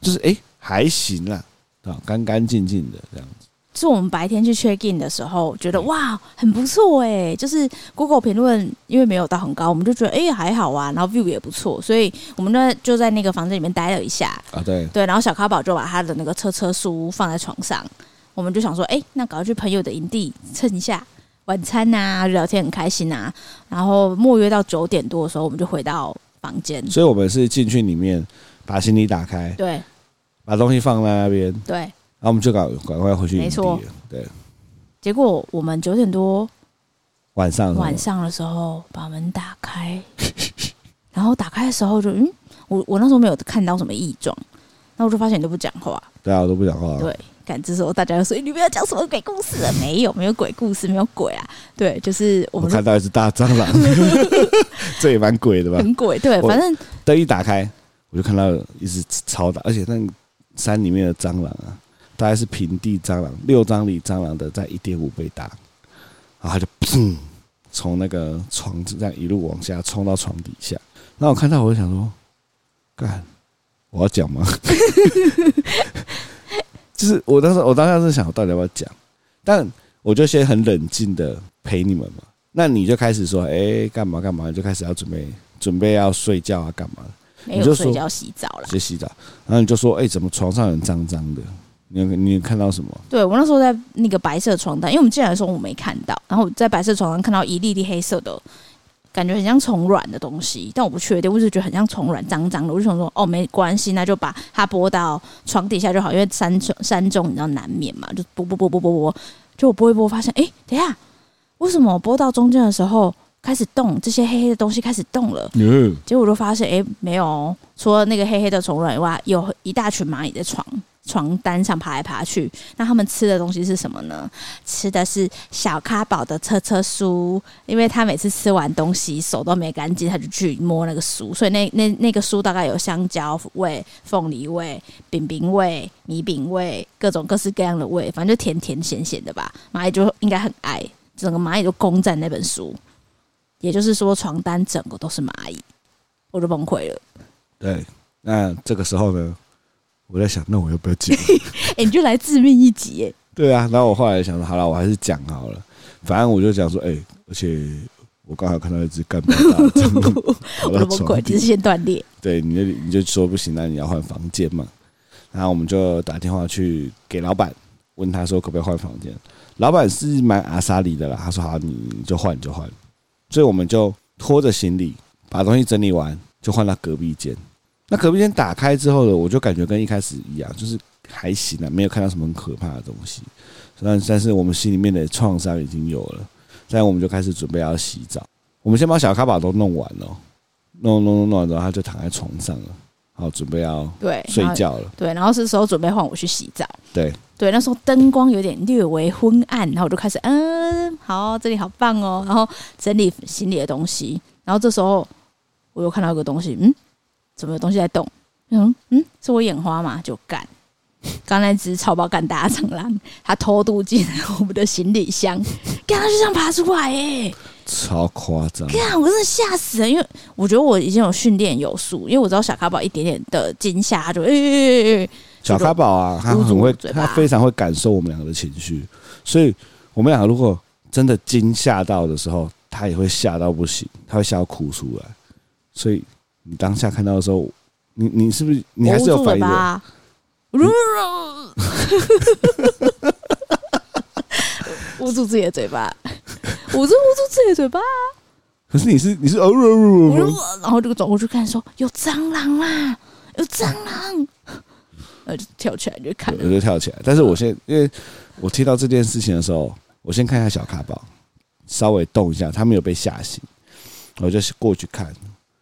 Speaker 1: 就是诶，还行啦，啊，干干净净的这样子，
Speaker 2: 是我们白天去 check in 的时候，觉得哇很不错哎、就是 Google 评论因为没有到很高，我们就觉得哎、还好啊，然后 view 也不错，所以我们呢就在那个房间里面待了一下，
Speaker 1: 啊，对，
Speaker 2: 对，然后小咖宝就把他的那个车车书放在床上，我们就想说，哎、那赶快去朋友的营地蹭一下晚餐呐、聊天很开心呐、然后默约到九点多的时候，我们就回到房间。
Speaker 1: 所以我们是进去里面把行李打开，
Speaker 2: 对
Speaker 1: 把东西放在那边，
Speaker 2: 对，
Speaker 1: 然后我们就赶赶快回去营
Speaker 2: 没
Speaker 1: 地
Speaker 2: 错
Speaker 1: 了，对，
Speaker 2: 结果我们九点多
Speaker 1: 晚上
Speaker 2: 晚上的时候把门打开，然后打开的时候就嗯，我我那时候没有看到什么异状，那我就发现你都不讲话，
Speaker 1: 对啊，我都不讲话了，
Speaker 2: 对感知时候大家就说你不要讲什么鬼故事了，没有没有鬼故事，没有鬼啊，对，就是我
Speaker 1: 我
Speaker 2: 们
Speaker 1: 看到一只大蟑螂，这也蛮鬼的吧？
Speaker 2: 很鬼，对，
Speaker 1: 我
Speaker 2: 反正
Speaker 1: 灯一打开，我就看到呃一只超大，而且那个山里面的蟑螂啊，大概是平地蟑螂六张里蟑螂的在一点五倍大，然后它就砰从那个床这样一路往下冲到床底下。然后我看到我就想说，干，我要讲吗？就是我当时我当时是想，我到底要不要讲？但我就先很冷静的陪你们嘛。那你就开始说，哎、干嘛干嘛，就开始要准备准备要睡觉啊，干嘛？
Speaker 2: 没
Speaker 1: 你就
Speaker 2: 有
Speaker 1: 说
Speaker 2: 睡觉洗澡啦。
Speaker 1: 去洗澡，然后你就说，哎、怎么床上很脏脏的？你有你有看到什么？
Speaker 2: 对我那时候在那个白色床单，因为我们进来的时候我没看到，然后我在白色床单看到一粒粒黑色的，感觉很像虫卵的东西，但我不确定，我就觉得很像虫卵，脏脏的，我就想说哦没关系，那就把它拨到床底下就好，因为山中山中你知道难免嘛，就拨拨拨拨拨拨，就我拨一拨发现，哎、等一下，为什么我拨到中间的时候开始动，这些黑黑的东西开始动了？
Speaker 1: 嗯，
Speaker 2: 结果我就发现，哎、没有哦，除了那个黑黑的虫卵以外，有一大群蚂蚁在床床单上爬来爬去。那它们吃的东西是什么呢？吃的是小咖宝的车车酥，因为它每次吃完东西手都没干净，它就去摸那个酥，所以那那那个酥大概有香蕉味、凤梨味、饼饼味、米饼味，各种各式各样的味，反正就甜甜咸咸的吧。蚂蚁就应该很爱，整个蚂蚁都攻占那本书。也就是说，床单整个都是蚂蚁。我就崩溃了。
Speaker 1: 对。那这个时候呢，我在想，那我要不要讲？
Speaker 2: 哎、你就来致命一击 耶！
Speaker 1: 对啊，然后我后来想说，好了，我还是讲好了，反正我就讲说，哎、而且我刚好看到一只干巴大的蟑螂跑
Speaker 2: 我
Speaker 1: 到
Speaker 2: 的崩
Speaker 1: 床
Speaker 2: 溃，
Speaker 1: 底
Speaker 2: 只是，先断裂。
Speaker 1: 对，你就你就说不行，那你要换房间嘛。然后我们就打电话去给老板，问他说可不可以换房间。老板是蛮阿莎里的啦，他说好，你就换你就换。所以我们就拖着行李把东西整理完，就换到隔壁间。那隔壁间打开之后呢，我就感觉跟一开始一样，就是还行啊，没有看到什么很可怕的东西。但但是我们心里面的创伤已经有了，所以我们就开始准备要洗澡。我们先把小咖宝都弄完了，弄弄弄弄完之后，他就躺在床上了，好准备要
Speaker 2: 对，
Speaker 1: 睡
Speaker 2: 然后
Speaker 1: 觉了。
Speaker 2: 对，然后是时候准备换我去洗澡。
Speaker 1: 对
Speaker 2: 对，那时候灯光有点略微昏暗，然后我就开始嗯，好，这里好棒哦，然后整理行李的东西。然后这时候我又看到一个东西，嗯，怎么有东西在动？嗯嗯，是我眼花嘛？就干，刚那只超爆干大蟑螂，它偷渡进了我们的行李箱，干它就这样爬出来耶、
Speaker 1: 超夸张，
Speaker 2: 干，我真的吓死了，因为我觉得我已经有训练有素，因为我知道小咖宝一点点的惊吓，它就哎哎哎哎，
Speaker 1: 小咖宝啊，他
Speaker 2: 捂住
Speaker 1: 很
Speaker 2: 我
Speaker 1: 会，
Speaker 2: 嘴
Speaker 1: 他
Speaker 2: 巴
Speaker 1: 非常会感受我们两个的情绪，所以我们两个如果真的惊吓到的时候，他也会吓到不行，他会吓到哭出来。所以你当下看到的时候，你你是不是你还是
Speaker 2: 我
Speaker 1: 有
Speaker 2: 捂住
Speaker 1: 反
Speaker 2: 嘴
Speaker 1: 应的？
Speaker 2: 巴，呜呜 捂住自己的嘴巴，捂住捂住自己的嘴巴，
Speaker 1: 可是你是你是哦，哦哦哦哦
Speaker 2: 然后就转过去看说有蟑螂啦，有蟑螂，然后就跳起来就看
Speaker 1: 我就跳起来。但是我先，因为我听到这件事情的时候，我先看一下小卡宝，稍微动一下，他没有被吓醒，我就是过去看，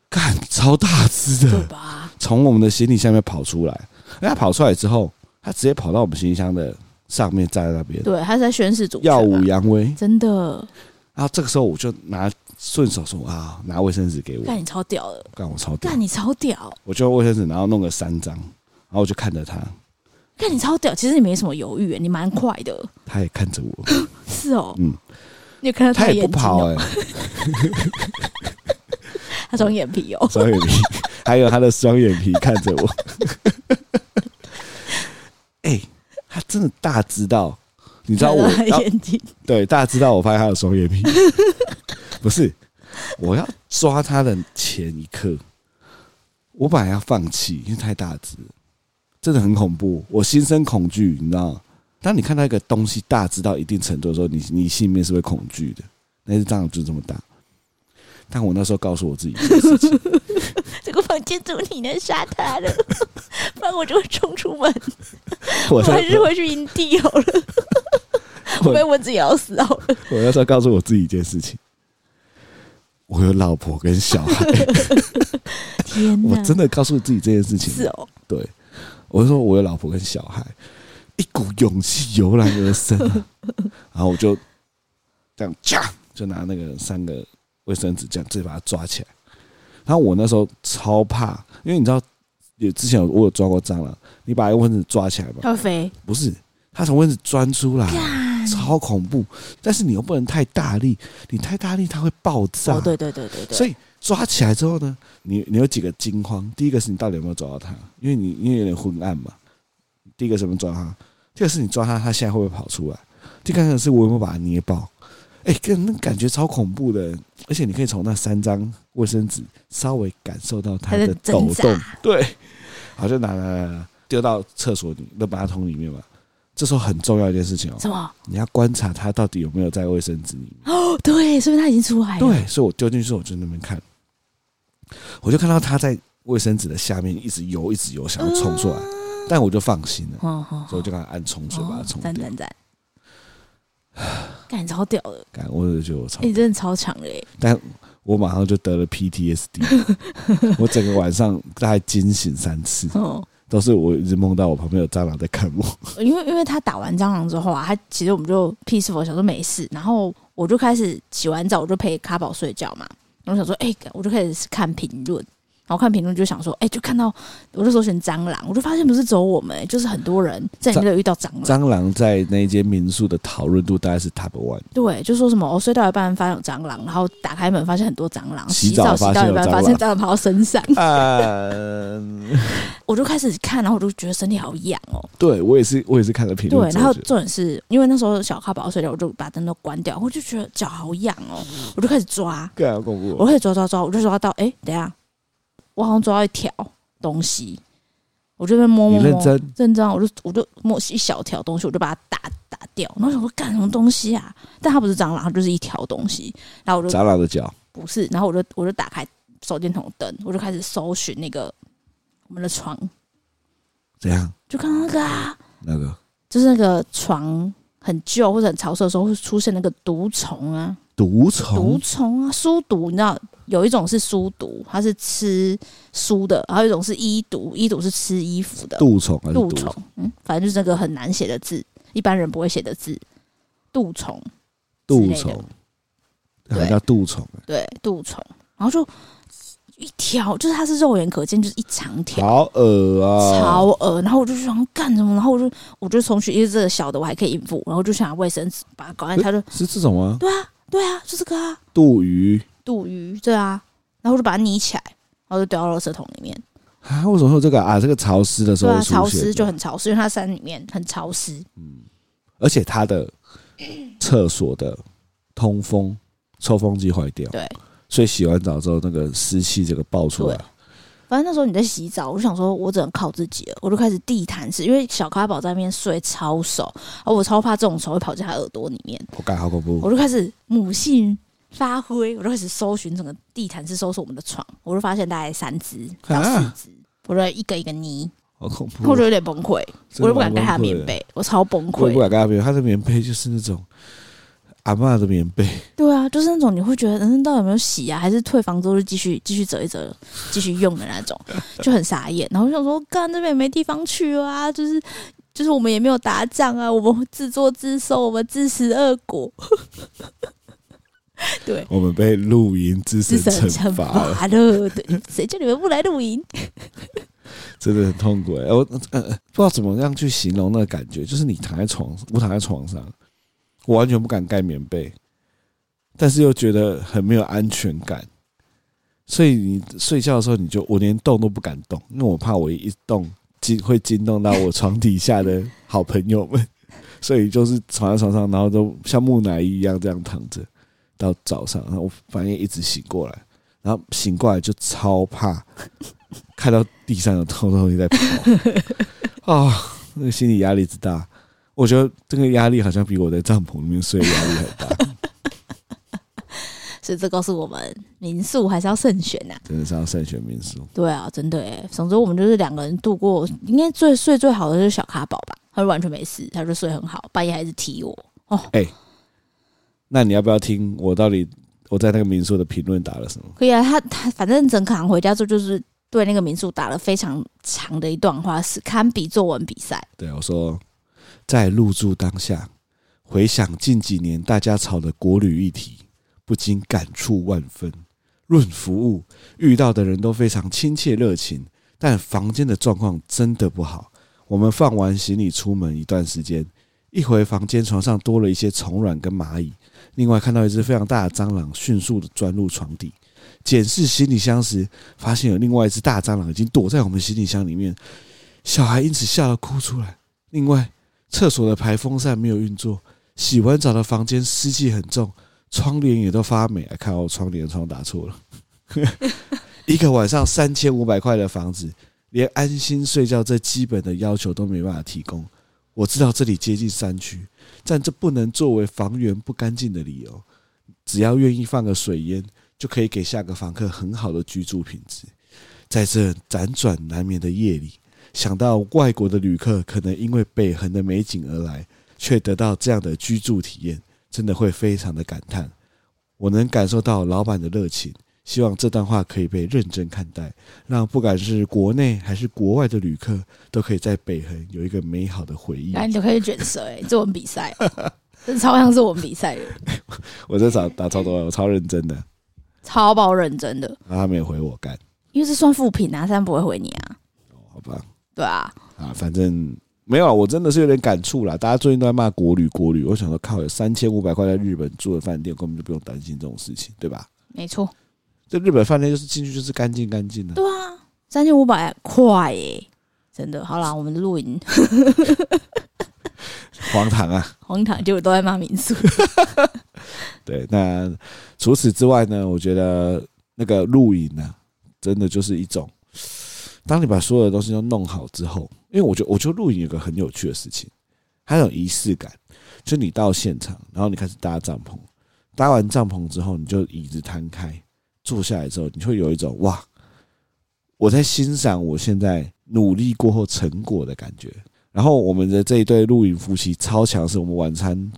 Speaker 1: 看超大只
Speaker 2: 对
Speaker 1: 的，
Speaker 2: 吧？
Speaker 1: 从我们的行李下面跑出来。哎，它跑出来之后，它直接跑到我们行李箱的上面，站在那边
Speaker 2: 对，他是在宣示主权
Speaker 1: 耀武
Speaker 2: 嘛
Speaker 1: 扬威。
Speaker 2: 真的，
Speaker 1: 然后这个时候我就拿顺手说啊，拿卫生纸给
Speaker 2: 干
Speaker 1: 我，
Speaker 2: 你超屌的，
Speaker 1: 干我超屌
Speaker 2: 干，你超屌，
Speaker 1: 我就用卫生纸，然后弄了三张，然后我就看着他，
Speaker 2: 干你超屌。其实你没什么犹豫，你蛮快的，
Speaker 1: 他也看着 我，
Speaker 2: 是哦。
Speaker 1: 嗯，
Speaker 2: 你有看到
Speaker 1: 他
Speaker 2: 的
Speaker 1: 也不
Speaker 2: 眼睛
Speaker 1: 跑
Speaker 2: 哦？
Speaker 1: 哎、
Speaker 2: 他双眼皮哦。
Speaker 1: 双眼 皮，还有他的双眼皮看着我。哎、他真的大知道，你知道我
Speaker 2: 看到他
Speaker 1: 要
Speaker 2: 眼睛，
Speaker 1: 对大知道，我发现他有双眼皮， 不是我要抓他的前一刻，我本来要放弃，因为太大只，真的很恐怖，我心生恐惧，你知道吗？当你看到一个东西大只到一定程度的时候，你你心里面是会恐惧的，那只蟑螂就这么大。但我那时候告诉我自己一件 事情，
Speaker 2: 这个房间只有你能杀 他了，不然我就会冲出门，
Speaker 1: 我
Speaker 2: 我
Speaker 1: 那
Speaker 2: 还是回去营地好了，
Speaker 1: 我
Speaker 2: 我被蚊子咬死好了。
Speaker 1: 我那时候告诉我自己一件事情：我有老婆跟小孩。
Speaker 2: 天
Speaker 1: 我
Speaker 2: 哪，
Speaker 1: 真的告诉自己这件事情。
Speaker 2: 是哦，
Speaker 1: 对，我就说我有老婆跟小孩，一股勇气油然而生啊、 然后我就这样掐，就拿那个三个卫生纸这样直接把它抓起来。然后我那时候超怕，因为你知道，有之前有我有抓过蟑螂，你把卫生纸抓起来吧，
Speaker 2: 它会飞，
Speaker 1: 不是它从卫生纸钻出来。
Speaker 2: 干
Speaker 1: 超恐怖，但是你又不能太大力，你太大力它会爆炸。
Speaker 2: 哦，对对对对对，
Speaker 1: 所以抓起来之后呢，你你有几个惊慌？第一个是你到底有没有抓到它，因为你因为有点昏暗嘛。第一个是有没有抓它？第二个是你抓它，它现在会不会跑出来？第三个是我有没有把它捏爆？哎、跟那感觉超恐怖的，而且你可以从那三张卫生纸稍微感受到它
Speaker 2: 它在
Speaker 1: 的抖
Speaker 2: 挣扎
Speaker 1: 动，对，好就拿拿拿拿丢到厕所里那马桶里面嘛。这时候很重要一件事情哦，
Speaker 2: 什么？
Speaker 1: 你要观察它到底有没有在卫生纸里面。
Speaker 2: 哦，对，所以它已经出来了。
Speaker 1: 对，所以我丢进去之后，我就在那边看，我就看到它在卫生纸的下面一直游，一直游，想要冲出来，
Speaker 2: 嗯
Speaker 1: 但我就放心了，
Speaker 2: 哦哦，
Speaker 1: 所以我就给它按冲水，把它冲
Speaker 2: 赞
Speaker 1: 掉。
Speaker 2: 赞赞， 干超屌的，
Speaker 1: 干，我就觉得我操
Speaker 2: 哎，，你真的超强的欸，
Speaker 1: 但我马上就得了 PTSD，我整个晚上大概惊醒三次，
Speaker 2: 哦。
Speaker 1: 都是我一直梦到我旁边有蟑螂在看我。
Speaker 2: 因为因为他打完蟑螂之后啊，他其实我们就 peaceful 想说没事，然后我就开始洗完澡，我就陪卡宝睡觉嘛，然后想说，哎、我就开始看评论，然后看评论就想说，哎、就看到我那时候选蟑螂，我就发现不是只有我们、就是很多人在你
Speaker 1: 蟑
Speaker 2: 那遇到蟑螂，
Speaker 1: 蟑螂在那间民宿的讨论度大概是 top one，
Speaker 2: 对，就说什么我、哦、睡到一半发现有蟑螂，然后打开门发现很多蟑螂，
Speaker 1: 洗
Speaker 2: 洗
Speaker 1: 澡
Speaker 2: 澡
Speaker 1: 发现
Speaker 2: 洗到
Speaker 1: 有
Speaker 2: 一半
Speaker 1: 蟑
Speaker 2: 发现
Speaker 1: 螂
Speaker 2: 蟑螂爬到身上，
Speaker 1: 呃，
Speaker 2: 我就开始看，然后我就觉得身体好痒哦。
Speaker 1: 对我也是，我也是看了评
Speaker 2: 对
Speaker 1: 论，之
Speaker 2: 然后
Speaker 1: 后觉得，
Speaker 2: 重点是因为那时候小咖宝宝睡觉，我就把灯都关掉，我就觉得脚好痒哦，我就开始抓，
Speaker 1: 更好恐怖
Speaker 2: 我
Speaker 1: 哦。
Speaker 2: 开始抓抓抓，我就抓到，哎、等一下，我好像抓到一条东西，我这边摸
Speaker 1: 你
Speaker 2: 摸摸，
Speaker 1: 认真，
Speaker 2: 认真啊，我就我就摸一小条东西，我就把它打打掉，然后想说干什么东西啊？但它不是蟑螂，它就是一条东西，然后我就
Speaker 1: 蟑螂的脚，
Speaker 2: 不是，然后我就我就打开手电筒灯，我就开始搜寻那个我们的床，
Speaker 1: 怎样？
Speaker 2: 就看到那个啊，
Speaker 1: 那个
Speaker 2: 就是那个床很旧或者很潮湿的时候会出现那个毒虫啊，
Speaker 1: 毒
Speaker 2: 毒
Speaker 1: 虫，
Speaker 2: 虫啊，书毒，你知道有一种是书毒，它是吃书的，还有一种是衣毒，衣毒是吃衣服的，
Speaker 1: 杜虫还是
Speaker 2: 杜
Speaker 1: 毒
Speaker 2: 虫？，嗯，反正就是那个很难写的字，一般人不会写的字，杜虫，
Speaker 1: 杜
Speaker 2: 之类的
Speaker 1: 虫，好像叫杜虫。
Speaker 2: 对，杜虫，然后就一条，就是它是肉眼可见，就是一长条。
Speaker 1: 好恶啊！
Speaker 2: 超恶，然后我就想干什么，然后我就我就从学，因为这个小的我还可以应付，然后就想拿卫生纸把它搞干，
Speaker 1: 诶
Speaker 2: 他就是
Speaker 1: 这种吗？
Speaker 2: 对啊，对啊，就这个啊，
Speaker 1: 杜鱼
Speaker 2: 肚鱼，对啊，然后我就把它捏起来，然后就丢到垃圾桶里面，
Speaker 1: 啊？为什么会有这个啊？这个潮湿的时
Speaker 2: 对
Speaker 1: 候
Speaker 2: 啊，
Speaker 1: 会出现
Speaker 2: 潮湿就很潮湿，因为它山里面很潮湿，
Speaker 1: 而且它的厕所的通风抽风机坏掉，
Speaker 2: 对，
Speaker 1: 所以洗完澡之后那个湿气这个爆出来
Speaker 2: 对，反正那时候你在洗澡，我就想说，我只能靠自己了，我就开始地毯式，因为小咖宝在那边睡超熟，而我超怕这种虫会跑进他耳朵里面，
Speaker 1: 我感好恐
Speaker 2: 我
Speaker 1: 怖。
Speaker 2: 就开始母性发挥，我就开始搜寻整个地毯式搜索我们的床，我就发现大概三只到四
Speaker 1: 啊
Speaker 2: 只，我就一个一个捏，
Speaker 1: 好恐怖！啊
Speaker 2: 我就有点崩溃，我
Speaker 1: 都
Speaker 2: 就不敢盖他的棉，被，我超崩
Speaker 1: 我也不
Speaker 2: 溃。
Speaker 1: 敢盖他棉被，他的棉被就是那种阿嬷的棉被，
Speaker 2: 对啊，就是那种你会觉得，嗯，到底有没有洗啊？还是退房之后就继续继续折一折，继续用的那种，就很傻眼。然后我想说，干这边也没地方去啊，就是就是我们也没有打仗啊，我们自作自受，我们自食恶果。 对，
Speaker 1: 我们被露营之神
Speaker 2: 是神
Speaker 1: 惩
Speaker 2: 惩
Speaker 1: 罚了，
Speaker 2: 罚了。对，谁叫你们不来露营？
Speaker 1: 真的很痛苦、欸。我呃不知道怎么样去形容那个感觉，就是你躺在床，我躺在床上，我完全不敢盖棉被，但是又觉得很没有安全感，所以你睡觉的时候，你就我连动都不敢动，因为我怕我一动惊会惊动到我床底下的好朋友们， 所以就是躺在床上，然后都像木乃伊一样这样躺着到早上，然后我半夜一直醒过来，然后醒过来就超怕。看到地上有偷东西在跑啊、那个心理压力之大，我觉得这个压力好像比我在帐篷里面睡的压力还大，
Speaker 2: 所以这告诉我们，民宿还是要慎选呐、
Speaker 1: 真的是要慎选民宿。
Speaker 2: 对啊，真的哎。总之，我们就是两个人度过，应该最睡最好的就是小咖宝吧，他就完全没事，他就睡很好，半夜还是踢我。哦，
Speaker 1: 那你要不要听我到底我在那个民宿的评论打了什么？
Speaker 2: 可以啊，他他反正整场回家之后就是对那个民宿打了非常长的一段话，是堪比作文比赛。
Speaker 1: 对我说，在入住当下，回想近几年大家吵的国旅议题，不禁感触万分。论服务，遇到的人都非常亲切热情，但房间的状况真的不好。我们放完行李出门一段时间，一回房间，床上多了一些虫卵跟蚂蚁，另外看到一只非常大的蟑螂迅速的钻入床底。检视行李箱时，发现有另外一只大蟑螂已经躲在我们行李箱里面，小孩因此吓得哭出来。另外，厕所的排风扇没有运作，洗完澡的房间湿气很重，窗帘也都发霉。哎，看我窗帘的窗打错了。 一个晚上三千五百块的房子，连安心睡觉这基本的要求都没办法提供。我知道这里接近山区，但这不能作为房源不干净的理由。只要愿意放个水淹，就可以给下个房客很好的居住品质。在这辗转难眠的夜里，想到外国的旅客可能因为北横的美景而来，却得到这样的居住体验，真的会非常的感叹。我能感受到老板的热情，希望这段话可以被认真看待，让不管是国内还是国外的旅客，都可以在北横有一个美好的回忆。
Speaker 2: 后你就开始卷舌 哎、作文比赛，真的超像作文比赛的，
Speaker 1: 我这打打超多，我超认真的，
Speaker 2: 超爆认真的。
Speaker 1: 然后他没有回我干。哦
Speaker 2: 因为这算负评啊，三不会回你啊，
Speaker 1: 好吧，
Speaker 2: 对啊，
Speaker 1: 啊，反正没有啊，我真的是有点感触啦。大家最近都在骂国旅，国旅，我想说，靠，有三千五百块在日本住的饭店，根本就不用担心这种事情，对吧？
Speaker 2: 没错，
Speaker 1: 这日本饭店就是进去就是干净干净的，
Speaker 2: 对啊，三千五百块耶，真的，好啦，我们的露营
Speaker 1: 荒唐啊！
Speaker 2: 荒唐，结果都在骂民宿，
Speaker 1: 对，那除此之外呢，我觉得那个露营啊呢、真的就是一种，当你把所有的东西都弄好之后，因为我觉得，我觉得露营有个很有趣的事情，它有仪式感，就你到现场，然后你开始搭帐篷，搭完帐篷之后，你就椅子摊开，坐下来之后，你会有一种哇，我在欣赏我现在努力过后成果的感觉。然后我们的这一对露营夫妻超强势，我们晚餐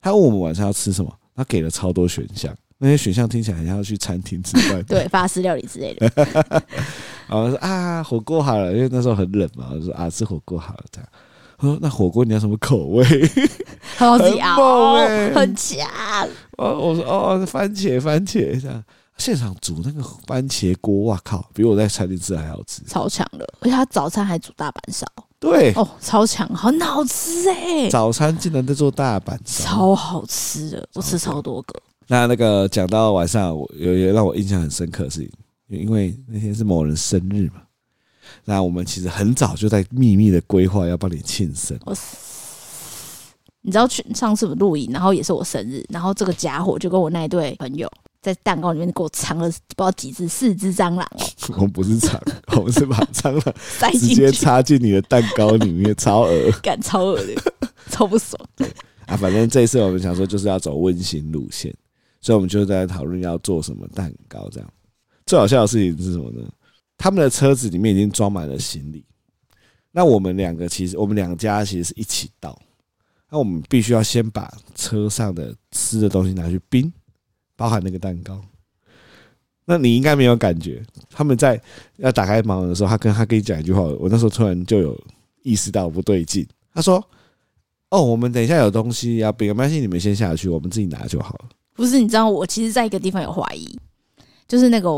Speaker 1: 他问我们晚上要吃什么，他给了超多选项，那些选项听起来很像要去餐厅吃饭。
Speaker 2: 对，法式料理之 类的，
Speaker 1: 然后我说啊，火锅好了，因为那时候很冷嘛，我就说啊，吃火锅好了这样。他说那火锅你要什么口味？
Speaker 2: 他要自己
Speaker 1: 很猛
Speaker 2: 熬，
Speaker 1: 欸
Speaker 2: 很强，
Speaker 1: 哦，我说哦，番茄番茄这样。现场煮那个番茄锅，哇靠，比我在餐厅吃的还好吃。
Speaker 2: 超强的，而且他早餐还煮大阪烧，
Speaker 1: 对，
Speaker 2: 哦，超强，很好吃哎、
Speaker 1: 早餐竟然在做大阪烧。
Speaker 2: 超好吃的，我吃超多个，
Speaker 1: 那那个讲到晚上，我有有让我印象很深刻的事情，因为那天是某人生日嘛，那我们其实很早就在秘密的规划要帮你庆生。
Speaker 2: 我死。你知道去上次我露营，然后也是我生日，然后这个家伙就跟我那一对朋友在蛋糕里面给我藏了不知道几只四只蟑螂哦，
Speaker 1: 我们不是蟑螂， 我们是把蟑螂
Speaker 2: 塞
Speaker 1: 直
Speaker 2: 进
Speaker 1: 接
Speaker 2: 去，
Speaker 1: 插进你的蛋糕里面，超恶
Speaker 2: 感超恶的，超不爽。
Speaker 1: 啊！反正这一次我们想说就是要走温馨路线，所以我们就在讨论要做什么蛋糕这样。最好笑的事情是什么呢？他们的车子里面已经装满了行李，那我们两个其实我们两家其实是一起到，那我们必须要先把车上的吃的东西拿去冰，包含那个蛋糕。那你应该没有感觉，他们在要打开盲盒的时候，他跟他跟你讲一句话，我那时候突然就有意识到不对劲。他说：“哦，我们等一下有东西要冰，没关系，你们先下去，我们自己拿就好了。
Speaker 2: 不是，你知道我其实在一个地方有怀疑，就是那个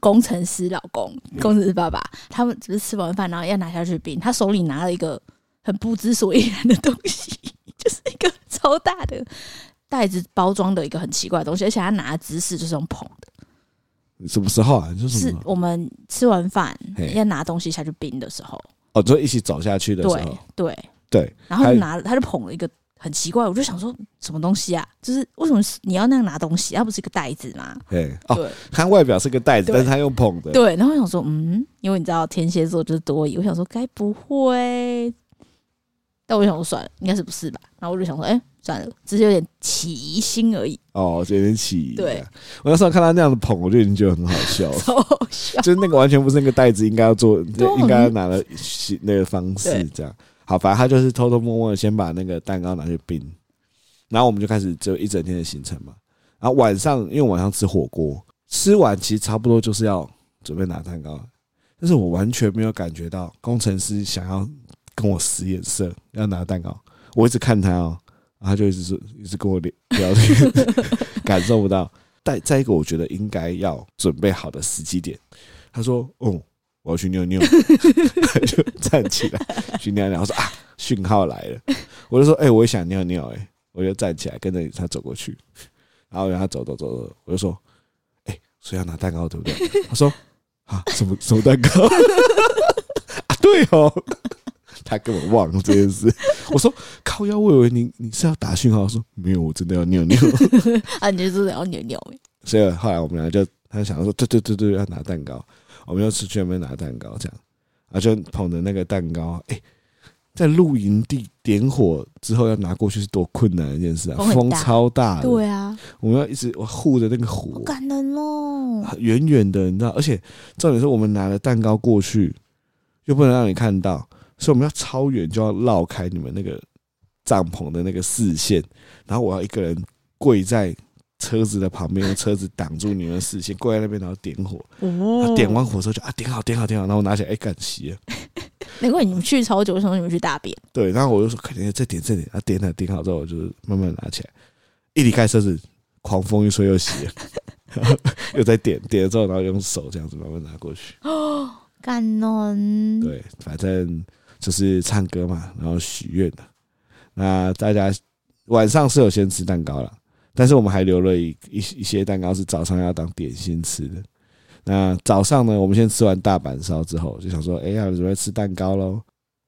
Speaker 2: 工程师老公、
Speaker 1: 嗯
Speaker 2: 工程师爸爸，他们只是吃完饭然后要拿下去冰，他手里拿了一个很不知所以然的东西， 就是一个超大的袋子包装的一个很奇怪的东西，而且他拿的姿势就是用捧的，”
Speaker 1: 什么时候啊？你说什
Speaker 2: 是
Speaker 1: 么？
Speaker 2: 我们吃完饭
Speaker 1: 嘿
Speaker 2: 要拿东西下去冰的时候，
Speaker 1: 哦，就一起走下去的时
Speaker 2: 对
Speaker 1: 候，
Speaker 2: 对，
Speaker 1: 对，
Speaker 2: 然后
Speaker 1: 还
Speaker 2: 就拿了，他就捧了一个很奇怪，我就想说什么东西啊？就是为什么你要那样拿东西？它不是一个袋子吗？
Speaker 1: 对，哦，
Speaker 2: 对。
Speaker 1: 他外表是个袋子，
Speaker 2: 对
Speaker 1: 但是他用捧的，
Speaker 2: 对，然后我想说，嗯，因为你知道天蝎座就是多疑，我想说该不会，但我想说算了，应该是不是吧？然后我就想说，哎、算了，只是有点起疑心而已，
Speaker 1: 哦，就有点起疑。
Speaker 2: 对，。
Speaker 1: 我那时候看他那样的捧，我就已经觉得很好笑了
Speaker 2: 超好笑。
Speaker 1: 就是那个完全不是那个袋子应该要做，
Speaker 2: 对
Speaker 1: 应该要拿的那个方式
Speaker 2: 对
Speaker 1: 这样。好，反正他就是偷偷摸摸的先把那个蛋糕拿去冰，然后我们就开始就一整天的行程嘛。然后晚上因为晚上吃火锅，吃完其实差不多就是要准备拿蛋糕了，但是我完全没有感觉到工程师想要跟我使眼色要拿蛋糕，我一直看他哦，然后他就一直说一直跟我聊聊天， 感受不到。再再一个，我觉得应该要准备好的时机点。他说：“哦，我要去尿尿。”他 就站起来去尿尿。我说：“啊，讯号来了。”我就说：“哎、我也想尿尿。”哎，我就站起来跟着他走过去，然后让他走走走走，我就说：“哎、所以要拿蛋糕对不对？”他说：“啊，什么什么蛋糕？ 啊，对哦。” 他根本忘了这件事。我说靠腰，我以为你你是要打讯号。他说没有，我真的要尿尿。
Speaker 2: 啊，你就是要扭扭，
Speaker 1: 所以后来我们俩就他就想说，对对对对，要拿蛋糕，我们就出去那边拿蛋糕，这样，啊，就捧着那个蛋糕，哎、在露营地点火之后要拿过去是多困难的一件事啊，
Speaker 2: 风很
Speaker 1: 风
Speaker 2: 大
Speaker 1: 超大的，
Speaker 2: 对啊，
Speaker 1: 我们要一直护着那个火
Speaker 2: 好，感人哦，
Speaker 1: 远远的，你知道，而且重点是我们拿了蛋糕过去，又不能让你看到，所以我们要超远就要绕开你们那个帐篷的那个视线，然后我要一个人跪在车子的旁边，用车子挡住你们的视线，跪在那边然后点火，然后
Speaker 2: 哦
Speaker 1: 点完火之后就啊点好点好点好，然后我拿起来哎干熄了，
Speaker 2: 难怪你们去超久，为什么你们去大便？
Speaker 1: 对，然后我就说肯定再点再点，啊点好点好之后我就是慢慢拿起来，一离开车子，狂风一吹又熄了，又再点点了之后，然后用手这样子慢慢拿过去。
Speaker 2: 感恩。
Speaker 1: 对，反正就是唱歌嘛，然后许愿的。那大家晚上是有先吃蛋糕了，但是我们还留了一一一些蛋糕是早上要当点心吃的。那早上呢，我们先吃完大阪烧之后，就想说，哎、呀，准备吃蛋糕喽。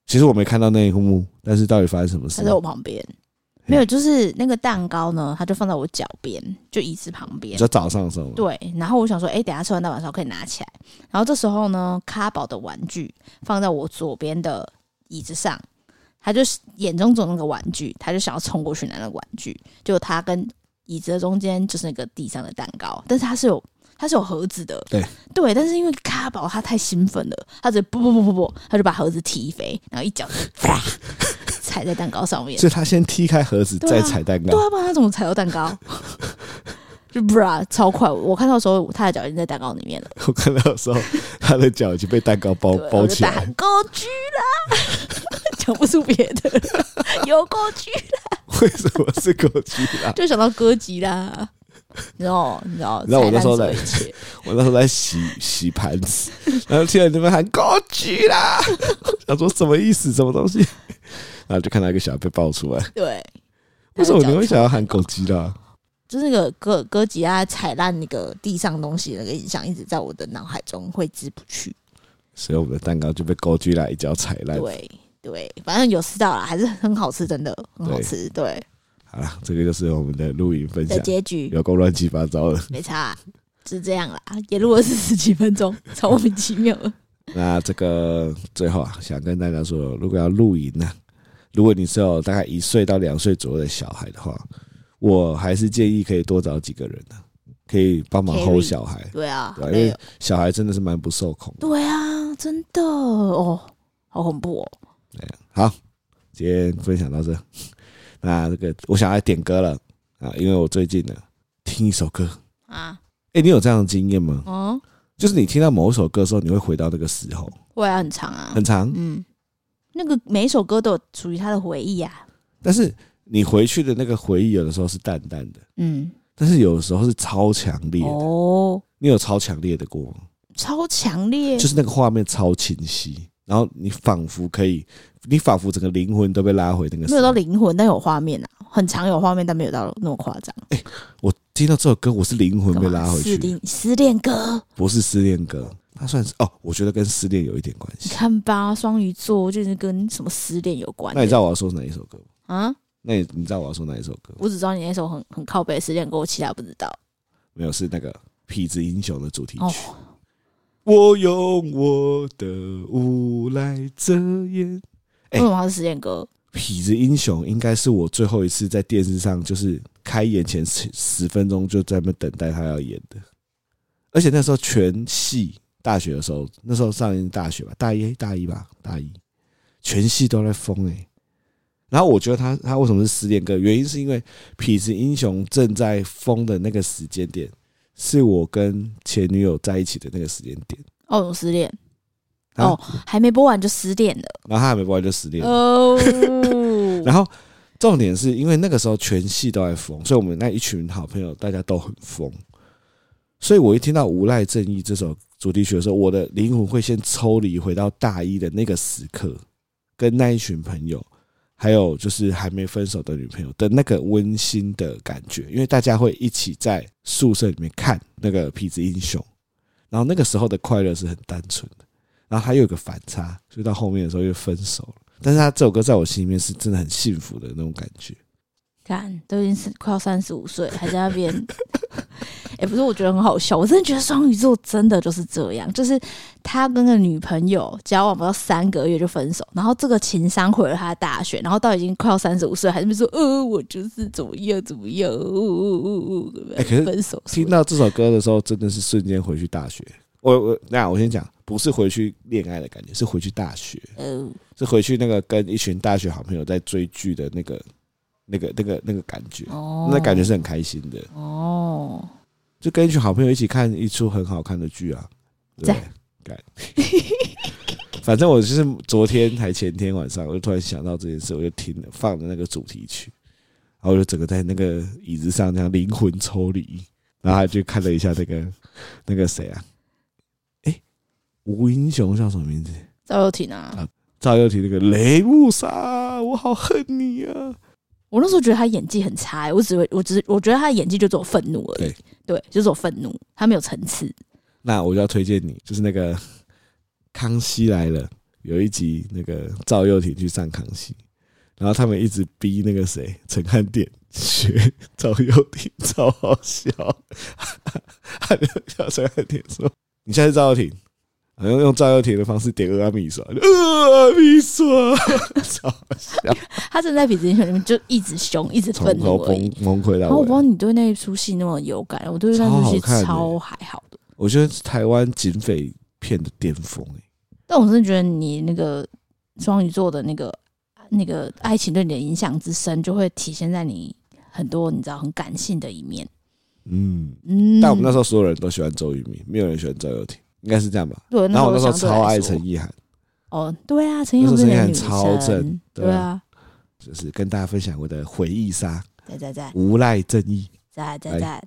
Speaker 1: 其实我没看到那一幕，但是到底发生什么事啊
Speaker 2: 他？在我旁边，没有，就是那个蛋糕呢，它就放在我脚边，就椅子旁边
Speaker 1: 就。早上的时候嘛，
Speaker 2: 对，然后我想说，哎、等一下吃完大板烧可以拿起来。然后这时候呢，卡宝的玩具放在我左边的椅子上，他就眼中只有那个玩具，他就想要冲过去拿那个玩具，就他跟椅子的中间就是那个地上的蛋糕，但是它是有它是有盒子的，
Speaker 1: 对
Speaker 2: 对，但是因为卡宝他太兴奋了，他直接不不不不不，他就把盒子踢飞，然后一脚 踩在蛋糕上面，
Speaker 1: 所以他先踢开盒子，
Speaker 2: 对
Speaker 1: 再
Speaker 2: 啊
Speaker 1: 踩蛋
Speaker 2: 对
Speaker 1: 糕。
Speaker 2: 啊，不然他怎么踩到蛋糕？就 bra 超快，我看到的时候他的脚已经在蛋糕里面了，
Speaker 1: 我看到的时候，他的脚已经被蛋糕包
Speaker 2: 对，
Speaker 1: 包
Speaker 2: 我就
Speaker 1: 起
Speaker 2: 大
Speaker 1: 来
Speaker 2: 喊。过去啦， 讲不出别的， 有过去，
Speaker 1: 为什么是狗去啦？
Speaker 2: 就想到哥吉拉，你知道，你知道，
Speaker 1: 你知道我那时候
Speaker 2: 在
Speaker 1: 在， 我那时候在洗洗盘子，然后听到你们喊“过去啦”， 想说什么意思，什么东西，然后就看到一个小孩被抱出来。
Speaker 2: 对，
Speaker 1: 为什么你
Speaker 2: 他的
Speaker 1: 会
Speaker 2: 脚
Speaker 1: 想要喊“狗鸡啦
Speaker 2: 就是那个哥哥吉拉踩烂那个地上东西的那个印象，一直在我的脑海中挥之不去。？”
Speaker 1: 所以我们的蛋糕就被狗居啦一脚踩烂。
Speaker 2: 对对，反正有吃到啦，还是很好吃，真的很好
Speaker 1: 对啊
Speaker 2: 吃。对，
Speaker 1: 好了，这个就是我们的露营分享
Speaker 2: 的，结局
Speaker 1: 有够乱七八糟 的。
Speaker 2: 没差、啊是这样啦，也录了四 十几分钟，超莫名其妙的。
Speaker 1: 那这个最后啊，想跟大家说，如果要露营呢、如果你是有大概一岁到两岁左右的小孩的话，我还是建议可以多找几个人的、啊可以帮忙
Speaker 2: Carry
Speaker 1: 吼小孩，
Speaker 2: 对啊，
Speaker 1: 对吧、因
Speaker 2: 好累
Speaker 1: 为
Speaker 2: 哦
Speaker 1: 小孩真的是蛮不受控的。
Speaker 2: 对啊，真的哦，好恐怖哦。
Speaker 1: 哎好，今天分享到这。 那这个我想要点歌了啊，因为我最近呢听一首歌，
Speaker 2: 啊，
Speaker 1: 哎、你有这样的经验吗？
Speaker 2: 嗯，
Speaker 1: 就是你听到某一首歌的时候，你会回到那个时候，
Speaker 2: 会啊，很长啊，
Speaker 1: 很长，
Speaker 2: 嗯，那个每一首歌都有属于他的回忆啊，
Speaker 1: 但是你回去的那个回忆，有的时候是淡淡的。
Speaker 2: 嗯，
Speaker 1: 但是有的时候是超强烈的，
Speaker 2: 哦，
Speaker 1: 你有超强烈的过吗？
Speaker 2: 超强烈，
Speaker 1: 就是那个画面超清晰，然后你仿佛可以，你仿佛整个灵魂都被拉回那个时
Speaker 2: 没有到
Speaker 1: 候。
Speaker 2: 灵魂，但有画面啊，很长有画面，但没有到那么夸张。哦
Speaker 1: 我听到这首歌，我是灵魂被拉回
Speaker 2: 失
Speaker 1: 去，
Speaker 2: 恋失恋歌，
Speaker 1: 不是失恋歌，它算是哦，我觉得跟失恋有一点关
Speaker 2: 你
Speaker 1: 系。
Speaker 2: 看吧，双鱼座就是跟什么失恋有关的。
Speaker 1: 那你知道我要说哪一首歌吗？
Speaker 2: 啊？
Speaker 1: 那你你知道我要说哪一首歌？
Speaker 2: 我只知道你那首很很靠背的失恋歌，我其他不知道。
Speaker 1: 没有，是那个《痞子英雄》的主题曲。
Speaker 2: 哦，
Speaker 1: 我用我的无赖遮掩。哎
Speaker 2: 为什么它是失恋歌？
Speaker 1: 痞子英雄应该是我最后一次在电视上，就是开演前十十分钟就在那边等待他要演的，而且那时候全系大学的时候，那时候上映大学吧，大一大一吧，大一全系都在疯哎、然后我觉得他他为什么是失恋歌，原因是因为痞子英雄正在疯的那个时间点，是我跟前女友在一起的那个时间点，
Speaker 2: 哦，我失恋
Speaker 1: 啊
Speaker 2: 哦，还没播完就失恋了
Speaker 1: 然后他还没播完就失恋了。。
Speaker 2: 哦
Speaker 1: 然后重点是因为那个时候全系都在疯，所以我们那一群好朋友大家都很疯。所以我一听到《无赖正义》这首主题曲的时候，我的灵魂会先抽离回到大一的那个时刻，跟那一群朋友，还有就是还没分手的女朋友的那个温馨的感觉，因为大家会一起在宿舍里面看那个《痞子英雄》，然后那个时候的快乐是很单纯的，然后还有一个反差，就到后面的时候又分手了。但是他这首歌在我心里面是真的很幸福的那种感觉。
Speaker 2: 看，都已经是快要三十五岁，还在那边。哎、不是，我觉得很好笑。我真的觉得双鱼座真的就是这样，就是他跟个女朋友交往不到三个月就分手，然后这个情商毁了他的大学，然后到已经快要三十五岁，还是说，呃，我就是怎么样怎么样，呜呜呜呜，
Speaker 1: 哎可是
Speaker 2: 分手什么
Speaker 1: 听到这首歌的时候，真的是瞬间回去大学。我我那我先讲，不是回去恋爱的感觉，是回去大学，
Speaker 2: 的，呃，
Speaker 1: 是回去那个跟一群大学好朋友在追剧的那个、那个、那个、那个感觉，
Speaker 2: 哦，
Speaker 1: 那感觉是很开心的。
Speaker 2: 哦，
Speaker 1: 就跟一群好朋友一起看一出很好看的剧啊，对
Speaker 2: 在
Speaker 1: 不对，干 反正我就是昨天还前天晚上，我就突然想到这件事，我就听了放的那个主题曲，然后我就整个在那个椅子上这样灵魂抽离，然后还去看了一下那个 那个谁啊，哎、吴英雄叫什么名字？
Speaker 2: 赵又廷啊，
Speaker 1: 赵又廷那个雷木沙，我好恨你啊！
Speaker 2: 我那时候觉得他演技很差、欸，我只会，我只我觉得他的演技就只有愤怒而已，对，就只有愤怒，他没有层次。
Speaker 1: 那我就要推荐你，就是那个《 康熙来了》有一集，那个赵又廷去上康熙，然后他们一直逼那个谁陈汉典学赵又廷，超好笑。 他就叫陈汉典说：“你现在是赵又廷。”然后用赵又廷的方式点阿米刷，就阿米刷， 超好笑，
Speaker 2: 他真的在《痞子英雄》里面就一直凶，一直愤
Speaker 1: 从头
Speaker 2: 怒而已
Speaker 1: 崩。崩溃
Speaker 2: 然后
Speaker 1: 到
Speaker 2: 我不知
Speaker 1: 尾。
Speaker 2: 道你对那一出戏那么有感，我对那出戏
Speaker 1: 超好看欸的
Speaker 2: 超还好的，
Speaker 1: 我觉得是台湾警匪片的巅峰、欸
Speaker 2: 但我真的觉得你那个双鱼座的那个那个爱情对你的影响之深，就会体现在你很多你知道很感性的一面。
Speaker 1: 嗯，
Speaker 2: 嗯，
Speaker 1: 但我们那时候所有人都喜欢周渝民，没有人喜欢赵又廷，应该是这样吧？
Speaker 2: 对，
Speaker 1: 然后我那时候
Speaker 2: 相对来
Speaker 1: 超爱
Speaker 2: 说
Speaker 1: 陈意涵，
Speaker 2: 哦，对啊，陈意涵
Speaker 1: 那时候陈
Speaker 2: 真的
Speaker 1: 意
Speaker 2: 女
Speaker 1: 涵超正
Speaker 2: 神
Speaker 1: 对
Speaker 2: 对啊，
Speaker 1: 就是跟大家分享我的回忆杀，
Speaker 2: 在在在
Speaker 1: 无赖正义。
Speaker 2: 在在
Speaker 1: 哎
Speaker 2: 在，